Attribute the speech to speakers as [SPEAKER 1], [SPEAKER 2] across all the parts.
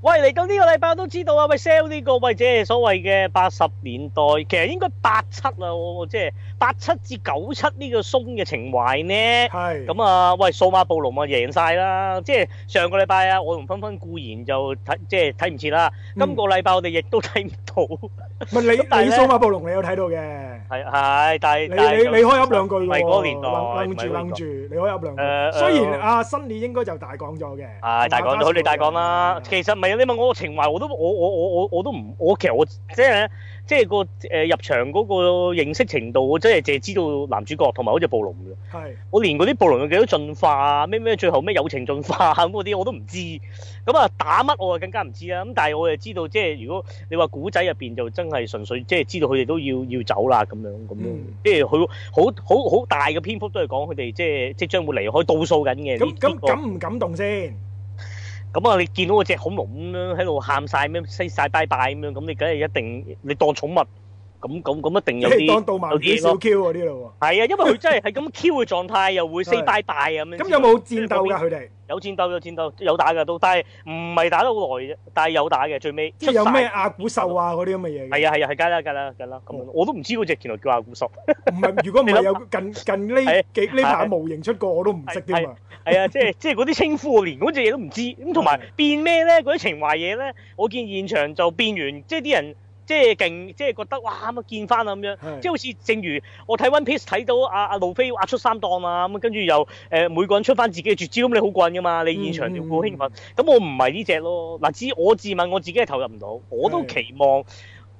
[SPEAKER 1] 喂，嚟到呢個禮拜都知道啊！喂，sell 呢個喂，即係所謂嘅八十年代，其實應該八七啊，我我即係八七至九七呢個鬆嘅情懷 呢。
[SPEAKER 2] 係
[SPEAKER 1] 咁啊，喂，數碼暴龍啊，贏晒啦！即係上個禮拜啊，我同芬芬固然就睇即係睇唔切啦，
[SPEAKER 2] 嗯
[SPEAKER 1] 今個禮拜我哋亦都睇唔到，
[SPEAKER 2] 咪你
[SPEAKER 1] 咁但係
[SPEAKER 2] 你
[SPEAKER 1] 呢
[SPEAKER 2] 數碼暴龍你有睇到嘅，
[SPEAKER 1] 係係，但係
[SPEAKER 2] 你
[SPEAKER 1] 但係就
[SPEAKER 2] 你你可以噏兩句
[SPEAKER 1] 唔
[SPEAKER 2] 喎，
[SPEAKER 1] 係嗰個年代，
[SPEAKER 2] 楞
[SPEAKER 1] 唔係嗰
[SPEAKER 2] 住
[SPEAKER 1] 個年
[SPEAKER 2] 楞
[SPEAKER 1] 代
[SPEAKER 2] 住，你可以噏
[SPEAKER 1] 誒
[SPEAKER 2] 兩
[SPEAKER 1] 誒
[SPEAKER 2] 句。雖然阿新年應該就大講咗嘅，
[SPEAKER 1] 係大講，佢哋大講啦。
[SPEAKER 2] 係
[SPEAKER 1] 其實唔係你問我情懷，我都我我我我我都唔，我其實我即係即係個誒入場嗰個認識程度，我真係淨係知道男主角同埋好似暴龍嘅。
[SPEAKER 2] 係
[SPEAKER 1] 我連嗰啲暴龍有幾多進化啊，咩咩最後咩友情進化啊咁嗰啲我都唔知。咁啊打乜我啊更加唔知啦。咁但係我就知道，即係如果你話古仔入邊就真係純粹即係知道佢哋都要要走啦咁樣咁樣
[SPEAKER 2] 嗯。
[SPEAKER 1] 即係佢好好好大嘅篇幅都係講佢哋即係即將會離開倒數緊嘅。呢
[SPEAKER 2] 咁咁
[SPEAKER 1] 呢個
[SPEAKER 2] 感唔感動先？
[SPEAKER 1] 咁啊，你見到嗰只恐龍咁樣喺度喊晒咩，say 晒拜拜咁樣，咁你梗係一定你當寵物，咁咁咁一定
[SPEAKER 2] 即
[SPEAKER 1] 有
[SPEAKER 2] 係當
[SPEAKER 1] 啲
[SPEAKER 2] 導盲
[SPEAKER 1] 有
[SPEAKER 2] 犬
[SPEAKER 1] 啲
[SPEAKER 2] 小 Q 嗰啲咯
[SPEAKER 1] 係啊，因為佢真係係咁 Q 嘅狀態，又會 say
[SPEAKER 2] 係
[SPEAKER 1] 拜拜啊咁樣。
[SPEAKER 2] 喎。咁有冇戰鬥㗎？
[SPEAKER 1] 嗰邊？
[SPEAKER 2] 佢哋
[SPEAKER 1] 有戰鬥有戰鬥，有打㗎都，但係唔係打得好耐啫，但係有打嘅最尾。
[SPEAKER 2] 即係有咩
[SPEAKER 1] 出晒？
[SPEAKER 2] 阿古獸啊嗰啲咁嘅嘢嘅？
[SPEAKER 1] 係啊係啊係，梗啦梗啦梗啦，咁樣
[SPEAKER 2] 哦
[SPEAKER 1] 我都唔知嗰只原來叫阿古索。
[SPEAKER 2] 唔係，如果唔
[SPEAKER 1] 你
[SPEAKER 2] 係
[SPEAKER 1] 諗
[SPEAKER 2] 有近近呢
[SPEAKER 1] 係
[SPEAKER 2] 幾呢排模型出過，我都唔識添啊！
[SPEAKER 1] 係啊，即係即係嗰啲稱呼，我連嗰隻嘢都唔知。咁同
[SPEAKER 2] 嗯
[SPEAKER 1] 埋變咩咧？嗰啲情懷嘢咧，我見現場就變完，即係啲人即係勁，即係覺得哇咁啊見翻啦咁樣。
[SPEAKER 2] 係
[SPEAKER 1] 即係好似正如我睇 One Piece 睇到阿阿路飛壓出三檔啊，咁跟住又誒、呃每個人出翻自己嘅絕招，咁你好棍噶嘛，
[SPEAKER 2] 嗯
[SPEAKER 1] 你現場就好興奮。咁、我唔係呢只咯，嗱自我自問我自己係投入唔到，我都
[SPEAKER 2] 係
[SPEAKER 1] 期望。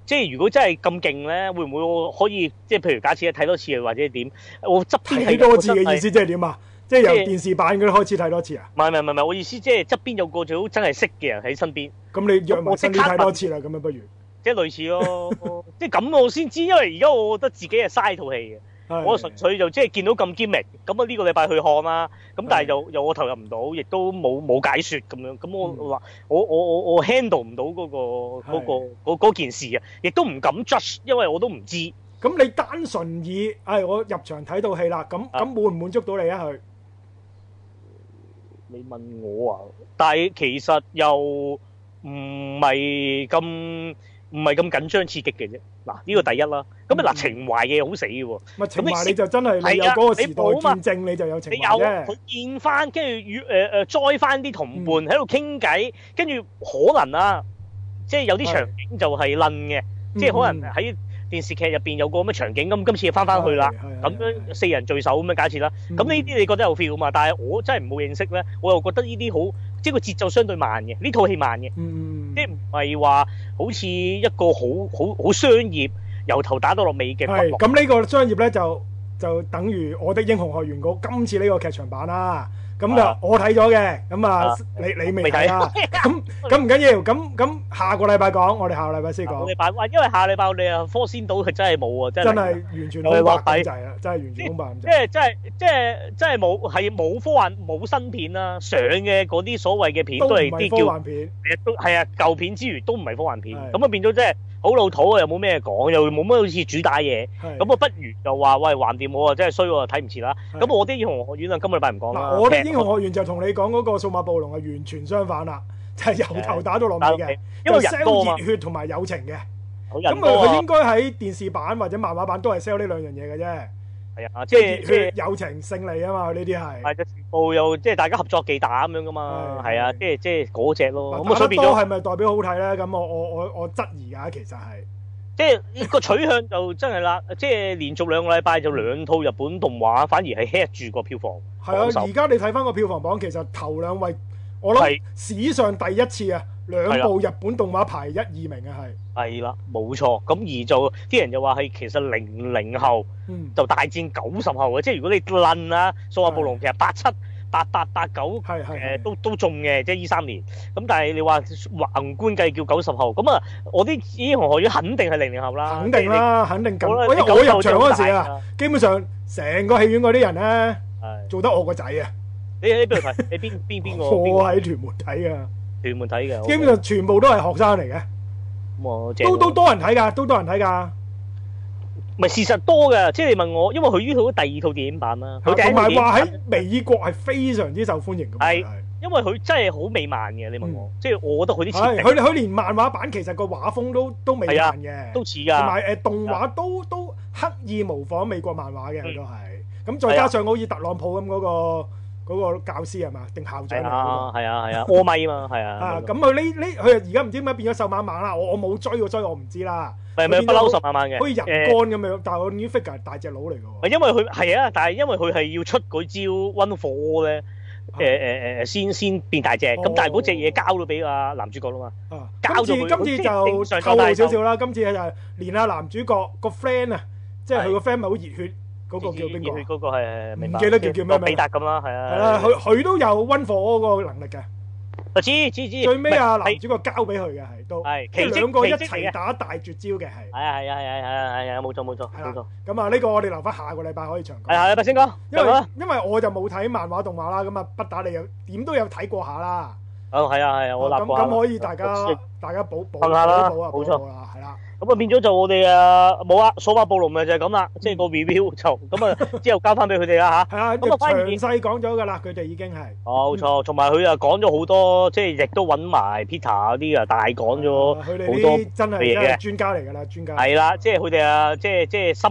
[SPEAKER 1] 即係如果真係咁勁咧，會唔會我可以即係譬如假設睇多次或者點？我側邊係
[SPEAKER 2] 睇
[SPEAKER 1] 有
[SPEAKER 2] 多
[SPEAKER 1] 個
[SPEAKER 2] 次
[SPEAKER 1] 真
[SPEAKER 2] 嘅
[SPEAKER 1] 係
[SPEAKER 2] 意思即係點啊？即係由
[SPEAKER 1] 即係
[SPEAKER 2] 電視版嗰啲開始睇多次啊？
[SPEAKER 1] 唔係唔係唔係，我意思即係側邊有個最好真係識嘅人喺身邊，
[SPEAKER 2] 咁你約埋新年
[SPEAKER 1] 我即刻
[SPEAKER 2] 睇多次啦，咁樣不如
[SPEAKER 1] 即係類似咯，即係咁我先知，因為而家我覺得自己係嘥套戲嘅，
[SPEAKER 2] 係
[SPEAKER 1] 我純粹就即係見到咁 gimmick，咁啊呢個禮拜去看啦，咁但係
[SPEAKER 2] 係
[SPEAKER 1] 又又我投入唔到，亦都冇冇解説咁樣，咁我
[SPEAKER 2] 嗯
[SPEAKER 1] 我話我我我我 handle 唔到嗰個嗰
[SPEAKER 2] 係
[SPEAKER 1] 個嗰嗰件事啊，亦都唔敢 judge，因為我都唔知。
[SPEAKER 2] 咁你單純以唉我入場睇到戲啦，咁
[SPEAKER 1] 啊
[SPEAKER 2] 咁滿唔滿足到你啊？佢
[SPEAKER 1] 你問我啊，但係其實又唔係咁唔係咁緊張刺激嘅啫。嗱，呢個第一啦。咁啊嗱，
[SPEAKER 2] 嗯
[SPEAKER 1] 情懷嘢好死嘅喎。
[SPEAKER 2] 咪情
[SPEAKER 1] 咁你
[SPEAKER 2] 懷
[SPEAKER 1] 識
[SPEAKER 2] 你就真係你有
[SPEAKER 1] 係啊
[SPEAKER 2] 嗰個時
[SPEAKER 1] 你冇啊
[SPEAKER 2] 代
[SPEAKER 1] 嘛
[SPEAKER 2] 見證，你就有情
[SPEAKER 1] 你有
[SPEAKER 2] 懷啫
[SPEAKER 1] 佢。見翻，跟住呃與誒誒栽翻啲同伴喺度傾偈，跟住可能啊，即係有啲
[SPEAKER 2] 係
[SPEAKER 1] 場景就係撚嘅，即係可能喺電視劇入邊有個咁嘅場景，咁今次翻翻去啦，咁樣四人聚首咁樣假設啦。咁呢啲你覺得有 feel 嘛？但係我真係冇認識咧，我又覺得呢啲好，即係個節奏相對慢嘅，呢套戲慢嘅，
[SPEAKER 2] 嗯
[SPEAKER 1] 即係唔係話好似一個好好好商業由頭打到落尾嘅
[SPEAKER 2] 係
[SPEAKER 1] 骨落。
[SPEAKER 2] 咁呢個商業咧就就等於我的英雄學院嗰今次呢個劇場版啦。咁
[SPEAKER 1] 啊
[SPEAKER 2] 就我睇咗嘅，咁啊
[SPEAKER 1] 啊
[SPEAKER 2] 你你
[SPEAKER 1] 未
[SPEAKER 2] 未
[SPEAKER 1] 睇啊
[SPEAKER 2] 睇 啦。咁咁唔緊要，咁咁下個禮拜講，我哋下個禮拜先
[SPEAKER 1] 下個
[SPEAKER 2] 講
[SPEAKER 1] 禮。 拜，啊哇！因為下禮拜我哋啊科先島佢真係冇啊，真
[SPEAKER 2] 真
[SPEAKER 1] 係。
[SPEAKER 2] 係完全
[SPEAKER 1] 又係
[SPEAKER 2] 空白
[SPEAKER 1] 落
[SPEAKER 2] 咁
[SPEAKER 1] 底
[SPEAKER 2] 滯啦，真係完全空白咁
[SPEAKER 1] 即
[SPEAKER 2] 滯。
[SPEAKER 1] 係即係即係即係冇係冇科幻冇新片啦，上嘅嗰啲所謂嘅片
[SPEAKER 2] 都
[SPEAKER 1] 都
[SPEAKER 2] 唔
[SPEAKER 1] 係
[SPEAKER 2] 係科
[SPEAKER 1] 啲叫
[SPEAKER 2] 幻片，
[SPEAKER 1] 誒都係啊舊片之餘都唔係科幻片，
[SPEAKER 2] 係
[SPEAKER 1] 咁啊變咗即係好老土啊，又冇咩講，又冇乜好似主打嘢，
[SPEAKER 2] 係
[SPEAKER 1] 咁啊不如就話喂橫掂我啊真係衰我啊睇唔切啦，
[SPEAKER 2] 係
[SPEAKER 1] 咁我啲英雄學院啊今個禮拜唔講啦，
[SPEAKER 2] 嗱，我的
[SPEAKER 1] 劇
[SPEAKER 2] 英雄學院就同你講嗰個數碼暴龍係完全相反啦， 就係由頭打到落尾
[SPEAKER 1] 打到
[SPEAKER 2] 嘅
[SPEAKER 1] 尾，因為
[SPEAKER 2] 就
[SPEAKER 1] 人多啊
[SPEAKER 2] sell
[SPEAKER 1] 嘛
[SPEAKER 2] 熱，血同埋友情嘅。
[SPEAKER 1] 好
[SPEAKER 2] 咁
[SPEAKER 1] 人
[SPEAKER 2] 佢
[SPEAKER 1] 多
[SPEAKER 2] 佢
[SPEAKER 1] 啊
[SPEAKER 2] 應，該喺電視版或者漫畫版都係 sell 呢兩樣嘢嘅啫，
[SPEAKER 1] 係啊，即
[SPEAKER 2] 即
[SPEAKER 1] 係
[SPEAKER 2] 係熱
[SPEAKER 1] 即係
[SPEAKER 2] 血、。友情、勝利啊嘛，佢呢啲係。
[SPEAKER 1] 係就全部又即係大家合作技打咁樣噶嘛，
[SPEAKER 2] 係
[SPEAKER 1] 係啊，
[SPEAKER 2] 係
[SPEAKER 1] 即係即係嗰只咯，咁
[SPEAKER 2] 嗱
[SPEAKER 1] 啊所
[SPEAKER 2] 打
[SPEAKER 1] 以
[SPEAKER 2] 得
[SPEAKER 1] 變
[SPEAKER 2] 多
[SPEAKER 1] 咗。
[SPEAKER 2] 係咪代表好睇咧？咁我我我我質疑㗎，其實係。
[SPEAKER 1] 即係個取向就真係啦，即係連續兩個禮拜就兩套日本動畫，反而係 hit 住個票房。
[SPEAKER 2] 係啊，
[SPEAKER 1] 榜首
[SPEAKER 2] 而家你睇翻個票房榜，其實頭兩位，我諗
[SPEAKER 1] 係
[SPEAKER 2] 史上第一次啊，兩
[SPEAKER 1] 係啦
[SPEAKER 2] 部日本動畫排一二名啊，係。
[SPEAKER 1] 係啦，冇錯。咁而就啲人就話係其實零零後
[SPEAKER 2] 嗯，
[SPEAKER 1] 就大戰九十後嘅，即係如果你論啊數碼暴龍，其實八七、八八、八九。
[SPEAKER 2] 係係。係
[SPEAKER 1] 誒都都中嘅，即係依三年。咁但係你話宏觀計叫九十後，咁啊，我啲英雄學院肯定係零零後啦，
[SPEAKER 2] 肯定啦，肯定咁。
[SPEAKER 1] 好啦
[SPEAKER 2] 因為
[SPEAKER 1] 啊你九
[SPEAKER 2] 我入
[SPEAKER 1] 後
[SPEAKER 2] 場
[SPEAKER 1] 就
[SPEAKER 2] 嗰陣時
[SPEAKER 1] 大
[SPEAKER 2] 啊
[SPEAKER 1] 㗎，
[SPEAKER 2] 基本上成個戲院嗰啲人咧，
[SPEAKER 1] 即係。係
[SPEAKER 2] 做得我個仔啊，
[SPEAKER 1] 你喺邊度睇？你邊邊邊個？邊
[SPEAKER 2] 我
[SPEAKER 1] 個
[SPEAKER 2] 喺屯門睇啊，
[SPEAKER 1] 屯門睇嘅？
[SPEAKER 2] 基本上全部都係學生嚟嘅，
[SPEAKER 1] 咁啊正
[SPEAKER 2] 都
[SPEAKER 1] 喎
[SPEAKER 2] 都多人睇㗎，都多人睇㗎。
[SPEAKER 1] 唔係事實多嘅，即係你問我，因為佢呢套都第二套電影版啦，佢第一
[SPEAKER 2] 同
[SPEAKER 1] 套
[SPEAKER 2] 埋
[SPEAKER 1] 電影
[SPEAKER 2] 話
[SPEAKER 1] 版
[SPEAKER 2] 喺美國係非常之受歡迎㗎嘛。
[SPEAKER 1] 係
[SPEAKER 2] 係
[SPEAKER 1] 因為佢真係好美漫嘅，你問我，即係我覺得佢啲設
[SPEAKER 2] 係
[SPEAKER 1] 定
[SPEAKER 2] 佢佢連漫畫版其實個畫風都都未
[SPEAKER 1] 係啊
[SPEAKER 2] 爛嘅，
[SPEAKER 1] 都似
[SPEAKER 2] 同
[SPEAKER 1] 㗎，啊
[SPEAKER 2] 埋誒動畫都都刻意模仿美國漫畫嘅，佢
[SPEAKER 1] 嗯
[SPEAKER 2] 都係。咁再
[SPEAKER 1] 係啊
[SPEAKER 2] 加上好似特朗普咁嗰個嗰個教師係嘛，定校長
[SPEAKER 1] 係
[SPEAKER 2] 嚟嗰
[SPEAKER 1] 啊係啊係啊，柯咪嘛係
[SPEAKER 2] 個
[SPEAKER 1] 啊
[SPEAKER 2] 啊，，咁佢呢呢佢而家唔知點解變咗瘦蜢蜢啦，我我冇追過追我唔知啦，
[SPEAKER 1] 咪咪不嬲十萬萬嘅，
[SPEAKER 2] 好似人
[SPEAKER 1] 誒
[SPEAKER 2] 乾咁樣，但係我已經 figure 係大隻佬嚟嘅喎。
[SPEAKER 1] 因為佢係啊，但係因為佢係要出嗰招温火咧，誒誒誒先先變大隻，咁
[SPEAKER 2] 哦
[SPEAKER 1] 但係嗰隻嘢交咗俾阿男主角啦嘛，
[SPEAKER 2] 啊
[SPEAKER 1] 交
[SPEAKER 2] 今次
[SPEAKER 1] 咗佢
[SPEAKER 2] 今
[SPEAKER 1] 即
[SPEAKER 2] 次
[SPEAKER 1] 係正
[SPEAKER 2] 就
[SPEAKER 1] 常
[SPEAKER 2] 透
[SPEAKER 1] 狀態
[SPEAKER 2] 露少少啦，今次就係連阿男主角個 friend 啊，即係佢個 friend 咪好熱血嗰個叫邊
[SPEAKER 1] 熱
[SPEAKER 2] 個
[SPEAKER 1] 血
[SPEAKER 2] 啊？
[SPEAKER 1] 嗰個係明白，
[SPEAKER 2] 唔記得叫叫咩名
[SPEAKER 1] 比達咁啦，係啊，
[SPEAKER 2] 係啦，佢佢都有温火嗰個能力嘅。
[SPEAKER 1] 我知知知，
[SPEAKER 2] 最尾啊，
[SPEAKER 1] 唔係
[SPEAKER 2] 男主角交俾佢嘅係都，
[SPEAKER 1] 係
[SPEAKER 2] 即係
[SPEAKER 1] 奇蹟
[SPEAKER 2] 兩個一
[SPEAKER 1] 奇蹟嚟
[SPEAKER 2] 齊
[SPEAKER 1] 嘅
[SPEAKER 2] 打大絕招嘅係。
[SPEAKER 1] 係啊係啊係啊係啊係啊，冇錯冇錯冇錯，
[SPEAKER 2] 咁啊，呢個我哋留翻下個禮拜可以長
[SPEAKER 1] 係啊
[SPEAKER 2] 講。
[SPEAKER 1] 係啊，白先講，
[SPEAKER 2] 因為
[SPEAKER 1] 咁啊，
[SPEAKER 2] 因為我就冇睇漫畫動畫啦，咁啊不打你有點都有睇過下啦。
[SPEAKER 1] 哦係啊係啊，我
[SPEAKER 2] 咁
[SPEAKER 1] 立過
[SPEAKER 2] 咁可以大家
[SPEAKER 1] 咁
[SPEAKER 2] 大家補補
[SPEAKER 1] 問下啦
[SPEAKER 2] 補補啊
[SPEAKER 1] 冇
[SPEAKER 2] 補
[SPEAKER 1] 錯
[SPEAKER 2] 補啦，係啦。
[SPEAKER 1] 啊變咗就我哋啊冇啊數碼暴龍咪就係咁
[SPEAKER 2] 嗯
[SPEAKER 1] 啦，即係個 review 就 咁啊，之後交翻俾佢哋啦吓。
[SPEAKER 2] 係啊，
[SPEAKER 1] 咁啊反而
[SPEAKER 2] 詳細講咗㗎啦，佢哋已經係。
[SPEAKER 1] 冇錯，同埋佢又講咗好多，即係亦都揾埋 Peter 嗰啲啊，大講咗
[SPEAKER 2] 啊佢哋
[SPEAKER 1] 好多
[SPEAKER 2] 呢啲真係
[SPEAKER 1] 嘢
[SPEAKER 2] 真
[SPEAKER 1] 嘅
[SPEAKER 2] 係專家嚟㗎啦，專家。
[SPEAKER 1] 係啦，即係佢哋啊，即係即係深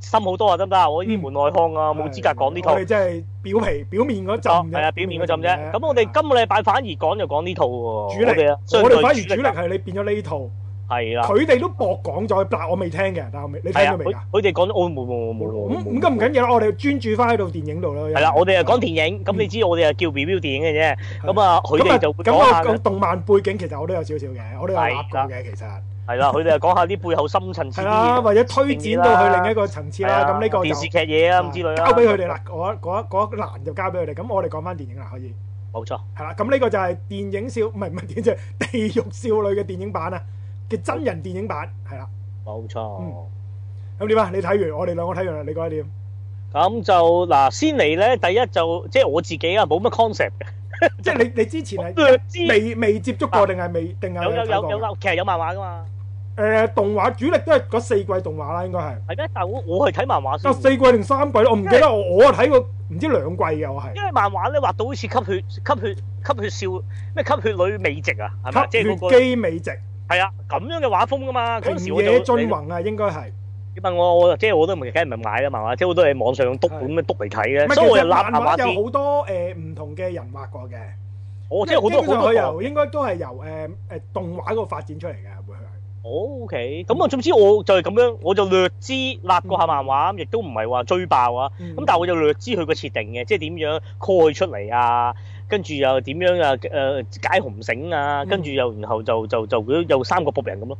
[SPEAKER 1] 深好多啊，得唔得啊？我呢啲門外漢啊，冇資格講呢套
[SPEAKER 2] 嗯我。哋真係表皮表面嗰
[SPEAKER 1] 哦
[SPEAKER 2] 陣啫。
[SPEAKER 1] 係啊，表面嗰陣啫。咁我哋今個禮拜反而講就講呢套喎。
[SPEAKER 2] 主力
[SPEAKER 1] 我哋啊，
[SPEAKER 2] 我哋反而
[SPEAKER 1] 相
[SPEAKER 2] 主
[SPEAKER 1] 對
[SPEAKER 2] 力係你變咗呢套。
[SPEAKER 1] 係啦。
[SPEAKER 2] 佢哋都博講咗，但係我未聽嘅，但係我未你聽
[SPEAKER 1] 係啊，
[SPEAKER 2] 咗未
[SPEAKER 1] 佢
[SPEAKER 2] 㗎？
[SPEAKER 1] 佢哋講澳門冇冇冇
[SPEAKER 2] 咁
[SPEAKER 1] 冇冇
[SPEAKER 2] 咁。唔緊要啦，我哋專注翻喺度電影度啦。
[SPEAKER 1] 係啦，我哋啊講
[SPEAKER 2] 電
[SPEAKER 1] 電影，咁你知我哋啊叫 review 電影嘅啫。咁啊，佢哋就會
[SPEAKER 2] 咁
[SPEAKER 1] 講
[SPEAKER 2] 啊，
[SPEAKER 1] 下
[SPEAKER 2] 個動漫背景其實我都有少少嘅，我都有立過嘅其實。
[SPEAKER 1] 係啦，佢哋啊講下啲背後深層次
[SPEAKER 2] 係
[SPEAKER 1] 啲
[SPEAKER 2] 啦，
[SPEAKER 1] 嘢。
[SPEAKER 2] 或者推展到去另一個層次啦。
[SPEAKER 1] 係啊
[SPEAKER 2] 咁呢個就
[SPEAKER 1] 電視劇嘢啊咁之類啦。
[SPEAKER 2] 哦交俾佢哋啦。嗰嗰嗰一欄就交俾佢哋。咁我哋講翻電影啦，可以。
[SPEAKER 1] 冇錯。
[SPEAKER 2] 係啦，咁呢個就係電影少唔係唔係電影，地獄少女嘅電影版啊嘅真人電影版係啦。
[SPEAKER 1] 冇錯。
[SPEAKER 2] 嗯咁點啊？你睇完，我哋兩個睇完啦，你覺 得點？
[SPEAKER 1] 咁就嗱，先嚟咧，第一就即係我自己啊，冇乜 concept Ừ, 嘅，
[SPEAKER 2] 即係你你之前係
[SPEAKER 1] 略知有
[SPEAKER 2] 未未接觸過定係未定係
[SPEAKER 1] 有
[SPEAKER 2] 睇
[SPEAKER 1] 有
[SPEAKER 2] 過
[SPEAKER 1] 有
[SPEAKER 2] 嘅？
[SPEAKER 1] 有，其實有漫畫噶嘛，
[SPEAKER 2] 誒動畫主力都係嗰四季動畫啦，應該係。
[SPEAKER 1] 係咩？但我我係睇漫畫
[SPEAKER 2] 得四
[SPEAKER 1] 先，
[SPEAKER 2] 季定三季咧？我唔記得，我我睇過唔知兩季嘅，我係。
[SPEAKER 1] 因為漫畫咧畫到好似吸血吸血吸血少咩吸血女美籍啊，係咪？即
[SPEAKER 2] 吸
[SPEAKER 1] 係
[SPEAKER 2] 血
[SPEAKER 1] 嗰個
[SPEAKER 2] 姬美籍，
[SPEAKER 1] 係啊，咁樣嘅畫風噶嘛。嗰陣時
[SPEAKER 2] 平
[SPEAKER 1] 我就
[SPEAKER 2] 野俊
[SPEAKER 1] 你
[SPEAKER 2] 宏啊，應該係。
[SPEAKER 1] 你問我，我即係我都唔梗係唔係買啦漫畫，即係好多係網上篤
[SPEAKER 2] 係
[SPEAKER 1] 咁樣篤嚟睇
[SPEAKER 2] 唔係
[SPEAKER 1] 嘅，
[SPEAKER 2] 其
[SPEAKER 1] 所以我就
[SPEAKER 2] 實
[SPEAKER 1] 立漫
[SPEAKER 2] 漫
[SPEAKER 1] 畫
[SPEAKER 2] 畫有
[SPEAKER 1] 先。
[SPEAKER 2] 好多誒唔同嘅人畫過嘅，
[SPEAKER 1] 我哦即係好多
[SPEAKER 2] 基
[SPEAKER 1] 好
[SPEAKER 2] 本上
[SPEAKER 1] 多
[SPEAKER 2] 佢
[SPEAKER 1] 個。
[SPEAKER 2] 由應該都係由啊誒誒動畫嗰個發展出嚟嘅，會係。
[SPEAKER 1] O K，咁啊，總之我就係咁樣，我就略知立過下漫畫，亦都唔係話追爆啊。
[SPEAKER 2] 嗯
[SPEAKER 1] 咁但係我就略知佢個設定嘅，即係點樣 call 佢出嚟啊，跟住又點樣啊誒、解紅繩啊，
[SPEAKER 2] 嗯
[SPEAKER 1] 跟住又然後就就就佢有三個僕人咁咯，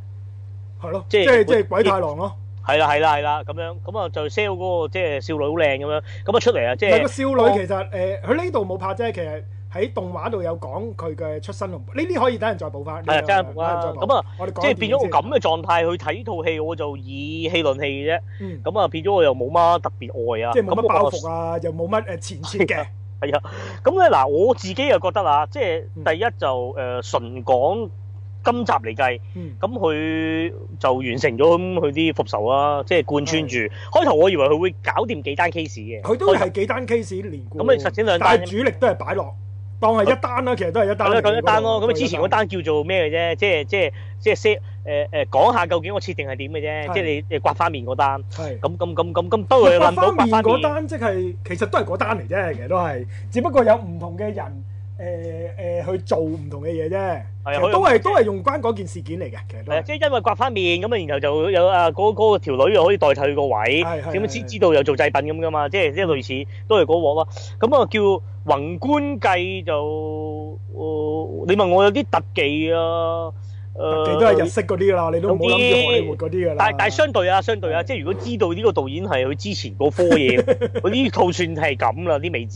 [SPEAKER 2] 係咯，即
[SPEAKER 1] 即係
[SPEAKER 2] 係
[SPEAKER 1] 會
[SPEAKER 2] 即係鬼太郎咯，
[SPEAKER 1] 係啦係啦係啦咁樣，咁啊就 sell 嗰、個即係少女好靚咁樣，咁啊出嚟啊即
[SPEAKER 2] 唔係
[SPEAKER 1] 係
[SPEAKER 2] 個少女其實誒，佢呢度冇拍啫，其實喺動畫度有講佢嘅出身同呢啲可以等人再補翻。
[SPEAKER 1] 係啊真係冇
[SPEAKER 2] 等人
[SPEAKER 1] 啦，
[SPEAKER 2] 再補
[SPEAKER 1] 咁啊
[SPEAKER 2] 我哋講
[SPEAKER 1] 即係變咗我咁
[SPEAKER 2] 電影
[SPEAKER 1] 嘅狀態去睇套戲，我就以戲論戲嘅啫，
[SPEAKER 2] 先，嗯，
[SPEAKER 1] 咁啊變咗我又冇乜特別愛啊，
[SPEAKER 2] 即係冇
[SPEAKER 1] 咁
[SPEAKER 2] 乜
[SPEAKER 1] 我
[SPEAKER 2] 包袱啊，又冇乜誒前設
[SPEAKER 1] 啊
[SPEAKER 2] 嘅，
[SPEAKER 1] 咁咧嗱，我自己又覺得啦，即係
[SPEAKER 2] 嗯
[SPEAKER 1] 第一就誒、純講今集嚟計。
[SPEAKER 2] 嗯，
[SPEAKER 1] 咁佢就完成咗咁佢啲復仇啦，即係貫穿住。開頭我以為佢會搞掂幾單 case 嘅，
[SPEAKER 2] 佢都係幾單 case 連貫。
[SPEAKER 1] 啊咁你實踐兩單
[SPEAKER 2] 但係主力都係擺落，當係一單啦，其實都係一單
[SPEAKER 1] 咁啦
[SPEAKER 2] 嚟嘅嗰個。
[SPEAKER 1] 咁一單咯。咁
[SPEAKER 2] 都
[SPEAKER 1] 啊
[SPEAKER 2] 係一
[SPEAKER 1] 之前嗰單叫做咩嘅啫？即係即係即係 set 誒誒講下究竟我設定係點嘅
[SPEAKER 2] 係
[SPEAKER 1] 啫，即係你你刮花面嗰單。
[SPEAKER 2] 係。
[SPEAKER 1] 咁咁咁咁咁，不過又諗到
[SPEAKER 2] 方
[SPEAKER 1] 刮
[SPEAKER 2] 面
[SPEAKER 1] 花
[SPEAKER 2] 嗰
[SPEAKER 1] 面。
[SPEAKER 2] 單即係其實都係嗰單嚟啫，其實都係，只不過有唔同嘅人誒誒去做唔同嘅嘢啫，
[SPEAKER 1] 係啊
[SPEAKER 2] 其
[SPEAKER 1] 佢
[SPEAKER 2] 實
[SPEAKER 1] 又
[SPEAKER 2] 都係都係用關嗰件事件嚟嘅，其實都
[SPEAKER 1] 係啊，
[SPEAKER 2] 係。
[SPEAKER 1] 即係因為刮花面咁啊，然後就有啊嗰嗰個條女又可以代替佢個位，
[SPEAKER 2] 係
[SPEAKER 1] 點
[SPEAKER 2] 係係
[SPEAKER 1] 樣
[SPEAKER 2] 嗯
[SPEAKER 1] 知知道又做製品咁噶嘛？即係即係類似都係嗰鑊啦。咁啊叫宏觀計就，哦你問我有啲特技啊，誒
[SPEAKER 2] 特技都係日式嗰啲㗎啦，你都唔好諗住荷里活嗰啲㗎啦。
[SPEAKER 1] 但但相對啊，相對啊，
[SPEAKER 2] 係
[SPEAKER 1] 即係如果知道呢個導演係佢之前嗰科 嘢，佢呢套算係咁啦，啲尾字，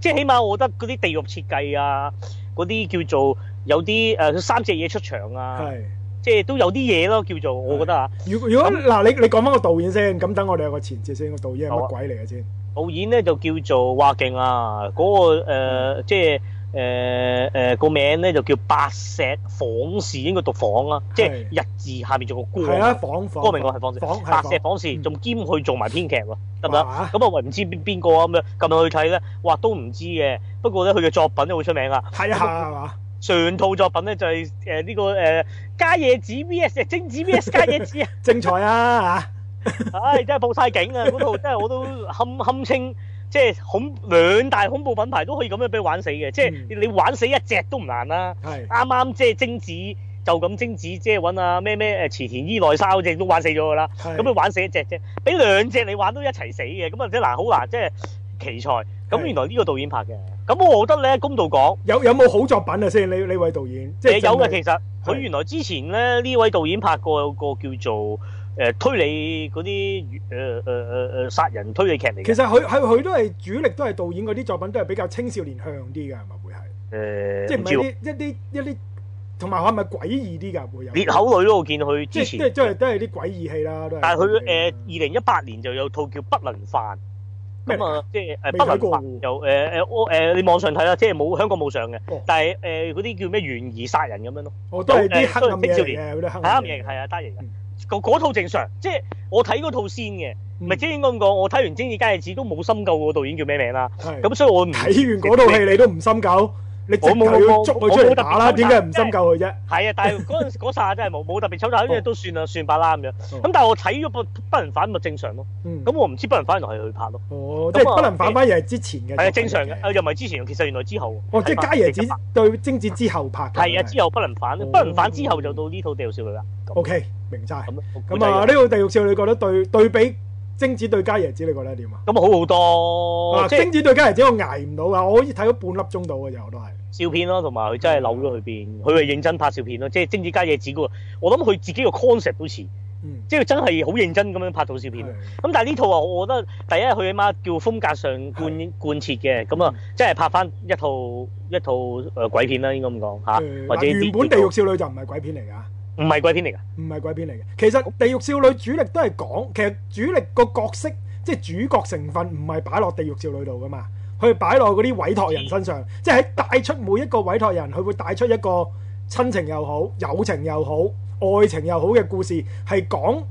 [SPEAKER 1] 即係起碼我覺得嗰啲地獄設計啊，嗰啲叫做有啲誒、呃三隻嘢出場啊，
[SPEAKER 2] 係。
[SPEAKER 1] 即係都有啲嘢咯，叫做我覺得啊。
[SPEAKER 2] 如如果嗱，你你講翻個導演先，咁等我哋有個前節先，個導演係
[SPEAKER 1] 好
[SPEAKER 2] 乜
[SPEAKER 1] 啊
[SPEAKER 2] 鬼嚟嘅先？嗯
[SPEAKER 1] 導演咧就叫做哇勁啊，嗰、個、呃即係誒誒個名咧就叫白石房氏，應該讀房啦，即係
[SPEAKER 2] 係
[SPEAKER 1] 日字下面仲個
[SPEAKER 2] 係
[SPEAKER 1] 光。
[SPEAKER 2] 啊，房房
[SPEAKER 1] 光明我係房氏，
[SPEAKER 2] 房係
[SPEAKER 1] 白石
[SPEAKER 2] 房
[SPEAKER 1] 房氏
[SPEAKER 2] 嗯
[SPEAKER 1] 仲兼去做埋編劇喎，得唔得？
[SPEAKER 2] 哇
[SPEAKER 1] 咁啊，喂唔知邊邊個啊咁樣，撳入去睇咧，哇都唔知嘅。不過咧，佢嘅作品都好出名啊。
[SPEAKER 2] 睇下係嘛？
[SPEAKER 1] 上套作品咧就係誒呢個誒加野子 V.S. 精子 V.S. 加野子啊，
[SPEAKER 2] 精彩啊嚇！
[SPEAKER 1] 唉真係報晒景啊！嗰 套真係我都堪堪稱。即係恐兩大恐怖品牌都可以咁樣俾佢玩死嘅，即係
[SPEAKER 2] 嗯
[SPEAKER 1] 你玩死一隻都唔難啦、
[SPEAKER 2] 係
[SPEAKER 1] 啱啱即係精子就咁精子，即係揾啊咩咩誒池田伊內沙嗰只都玩死咗㗎啦。
[SPEAKER 2] 係
[SPEAKER 1] 咁你玩死一隻啫，俾兩隻你玩都一齊死嘅，咁啊即係嗱好難，即係奇才。咁
[SPEAKER 2] 係
[SPEAKER 1] 原來呢個導演拍嘅，咁我覺得咧公道講，
[SPEAKER 2] 有有冇好作品啊先？呢呢位導演即
[SPEAKER 1] 誒
[SPEAKER 2] 係
[SPEAKER 1] 有嘅
[SPEAKER 2] 真係
[SPEAKER 1] 其實，佢
[SPEAKER 2] 係
[SPEAKER 1] 原來之前咧呢位導演拍過有個叫做誒、呃推理嗰啲誒誒誒誒殺人推理劇嚟嘅，
[SPEAKER 2] 其實佢佢佢都係主力都係導演嗰啲作品都係比較青少年向啲嘅，係咪會係？
[SPEAKER 1] 誒唔知喎
[SPEAKER 2] 即係唔係啲一啲一啲同埋係咪詭異啲㗎會有？
[SPEAKER 1] 裂口女咯，我見佢之
[SPEAKER 2] 即係即
[SPEAKER 1] 前，
[SPEAKER 2] 係即係都係啲詭異戲啦，都係。嗯
[SPEAKER 1] 但係佢誒二零一八年就有套叫《不能犯》。
[SPEAKER 2] 咩
[SPEAKER 1] 咁啊，即係誒
[SPEAKER 2] 未
[SPEAKER 1] 不
[SPEAKER 2] 睇
[SPEAKER 1] 能
[SPEAKER 2] 過
[SPEAKER 1] 發又誒誒我誒你網上睇啦，即係冇香港冇上嘅
[SPEAKER 2] 哦，
[SPEAKER 1] 但係誒嗰啲叫咩懸疑殺人咁樣咯，
[SPEAKER 2] 我都係啲黑
[SPEAKER 1] 誒都
[SPEAKER 2] 暗嘢
[SPEAKER 1] 係青少
[SPEAKER 2] 嚟嘅，佢都
[SPEAKER 1] 係
[SPEAKER 2] 黑暗
[SPEAKER 1] 啱
[SPEAKER 2] 嘢
[SPEAKER 1] 型係啊單型
[SPEAKER 2] 哦嗯
[SPEAKER 1] 嘅，嗰嗰套正常，即係我睇嗰套先嘅，
[SPEAKER 2] 嗯
[SPEAKER 1] 咪即係應該咁講，我睇完《精子加日子》都冇深究個導演叫咩名啦，
[SPEAKER 2] 係
[SPEAKER 1] 咁所以我唔
[SPEAKER 2] 睇完嗰套戲你都唔深究，你直
[SPEAKER 1] 我冇
[SPEAKER 2] 頭要捉佢出嚟打啦，
[SPEAKER 1] 我冇特別
[SPEAKER 2] 點解唔深究佢啫？
[SPEAKER 1] 係啊，但係嗰陣時嗰剎真係冇冇特別抽查，因為
[SPEAKER 2] 哦
[SPEAKER 1] 都算啦算吧啦咁樣，咁但係我睇咗個不能反咪正常咯，
[SPEAKER 2] 嗯
[SPEAKER 1] 咁我唔知不能反原來係佢拍咯，
[SPEAKER 2] 哦，即係不能反反而係之前嘅，
[SPEAKER 1] 係啊正常嘅，啊又唔係之前，其實原來之後喎，
[SPEAKER 2] 哦，即係
[SPEAKER 1] 係
[SPEAKER 2] 加
[SPEAKER 1] 拍
[SPEAKER 2] 椰子
[SPEAKER 1] 正常
[SPEAKER 2] 對精子之後拍嘅，
[SPEAKER 1] 係啊之後不能反，
[SPEAKER 2] 哦
[SPEAKER 1] 不能反之後就到呢套《地獄少女》啦，
[SPEAKER 2] O K，明晒。
[SPEAKER 1] 咁
[SPEAKER 2] 咁啊，呢
[SPEAKER 1] 呢
[SPEAKER 2] 個地獄少女覺得對對比精子對加椰子，你覺得點啊？
[SPEAKER 1] 咁好好多，
[SPEAKER 2] 啊，
[SPEAKER 1] 哦即係。
[SPEAKER 2] 精子對加椰子我捱唔到啊，我可以睇咗半粒鐘到嘅啫，我都係。
[SPEAKER 1] 笑片咯，同埋佢真係扭咗去邊，佢係認真拍笑片咯，即係精子加野子嗰個。我諗佢自己個 concept 都似，
[SPEAKER 2] 嗯，
[SPEAKER 1] 即係真係好認真咁樣拍到笑片。咁但係呢套啊，我覺得第一佢起碼叫風格上貫貫徹嘅，咁
[SPEAKER 2] 嗯
[SPEAKER 1] 啊，即係拍翻一套一套誒鬼片啦，應該咁講嚇，
[SPEAKER 2] 誒
[SPEAKER 1] 啊或者
[SPEAKER 2] 嗯嗱
[SPEAKER 1] 啲
[SPEAKER 2] 原本
[SPEAKER 1] 叫
[SPEAKER 2] 地
[SPEAKER 1] 做
[SPEAKER 2] 獄少女就唔係鬼片嚟㗎。
[SPEAKER 1] 唔係鬼片嚟㗎，
[SPEAKER 2] 唔係鬼片嚟嘅。其實《地獄少女》主力都係講，其實主力個角色即係主角成分唔係擺落《地獄少女》度噶嘛，佢係擺落嗰啲委託人身上，即係喺帶出每一個委託人，佢會帶出一個親情又好、友情又好、愛情又好嘅故事，係講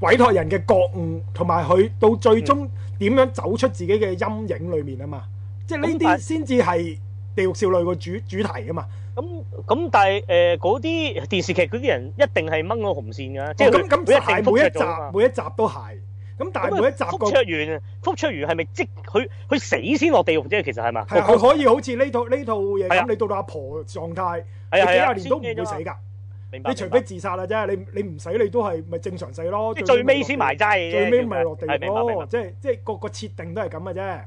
[SPEAKER 2] 委託人嘅覺悟同埋佢到
[SPEAKER 1] 嗯
[SPEAKER 2] 最終點樣走出自己嘅陰影裏面啊嘛。即係呢
[SPEAKER 1] 咁但
[SPEAKER 2] 啲先至係《地獄少女》個主主題啊嘛。
[SPEAKER 1] 咁咁但係誒嗰啲電視劇嗰啲人一定係掹個紅線㗎，即係
[SPEAKER 2] 哦咁
[SPEAKER 1] 佢
[SPEAKER 2] 咁
[SPEAKER 1] 佢一定
[SPEAKER 2] 係每一
[SPEAKER 1] 覆咗啊嘛啊
[SPEAKER 2] 集每一集都係。咁但係每一集個
[SPEAKER 1] 福卓元，福卓元係咪即佢佢死先落地獄啫？其實係嘛？
[SPEAKER 2] 係啊，佢可以好似呢套呢套嘢
[SPEAKER 1] 係啊
[SPEAKER 2] 咁，你到到阿婆狀態，你
[SPEAKER 1] 係啊
[SPEAKER 2] 幾
[SPEAKER 1] 係啊，
[SPEAKER 2] 廿年都唔會死
[SPEAKER 1] 先啫嘛啊
[SPEAKER 2] 㗎。
[SPEAKER 1] 明白
[SPEAKER 2] 你除
[SPEAKER 1] 明白
[SPEAKER 2] 非自殺啦啫，你你唔死你都係咪正常死咯？
[SPEAKER 1] 即係最尾先埋齋嘅啫，
[SPEAKER 2] 最尾咪落地
[SPEAKER 1] 係明白明
[SPEAKER 2] 咯。
[SPEAKER 1] 白。
[SPEAKER 2] 即係即係個個設定都係咁嘅啫。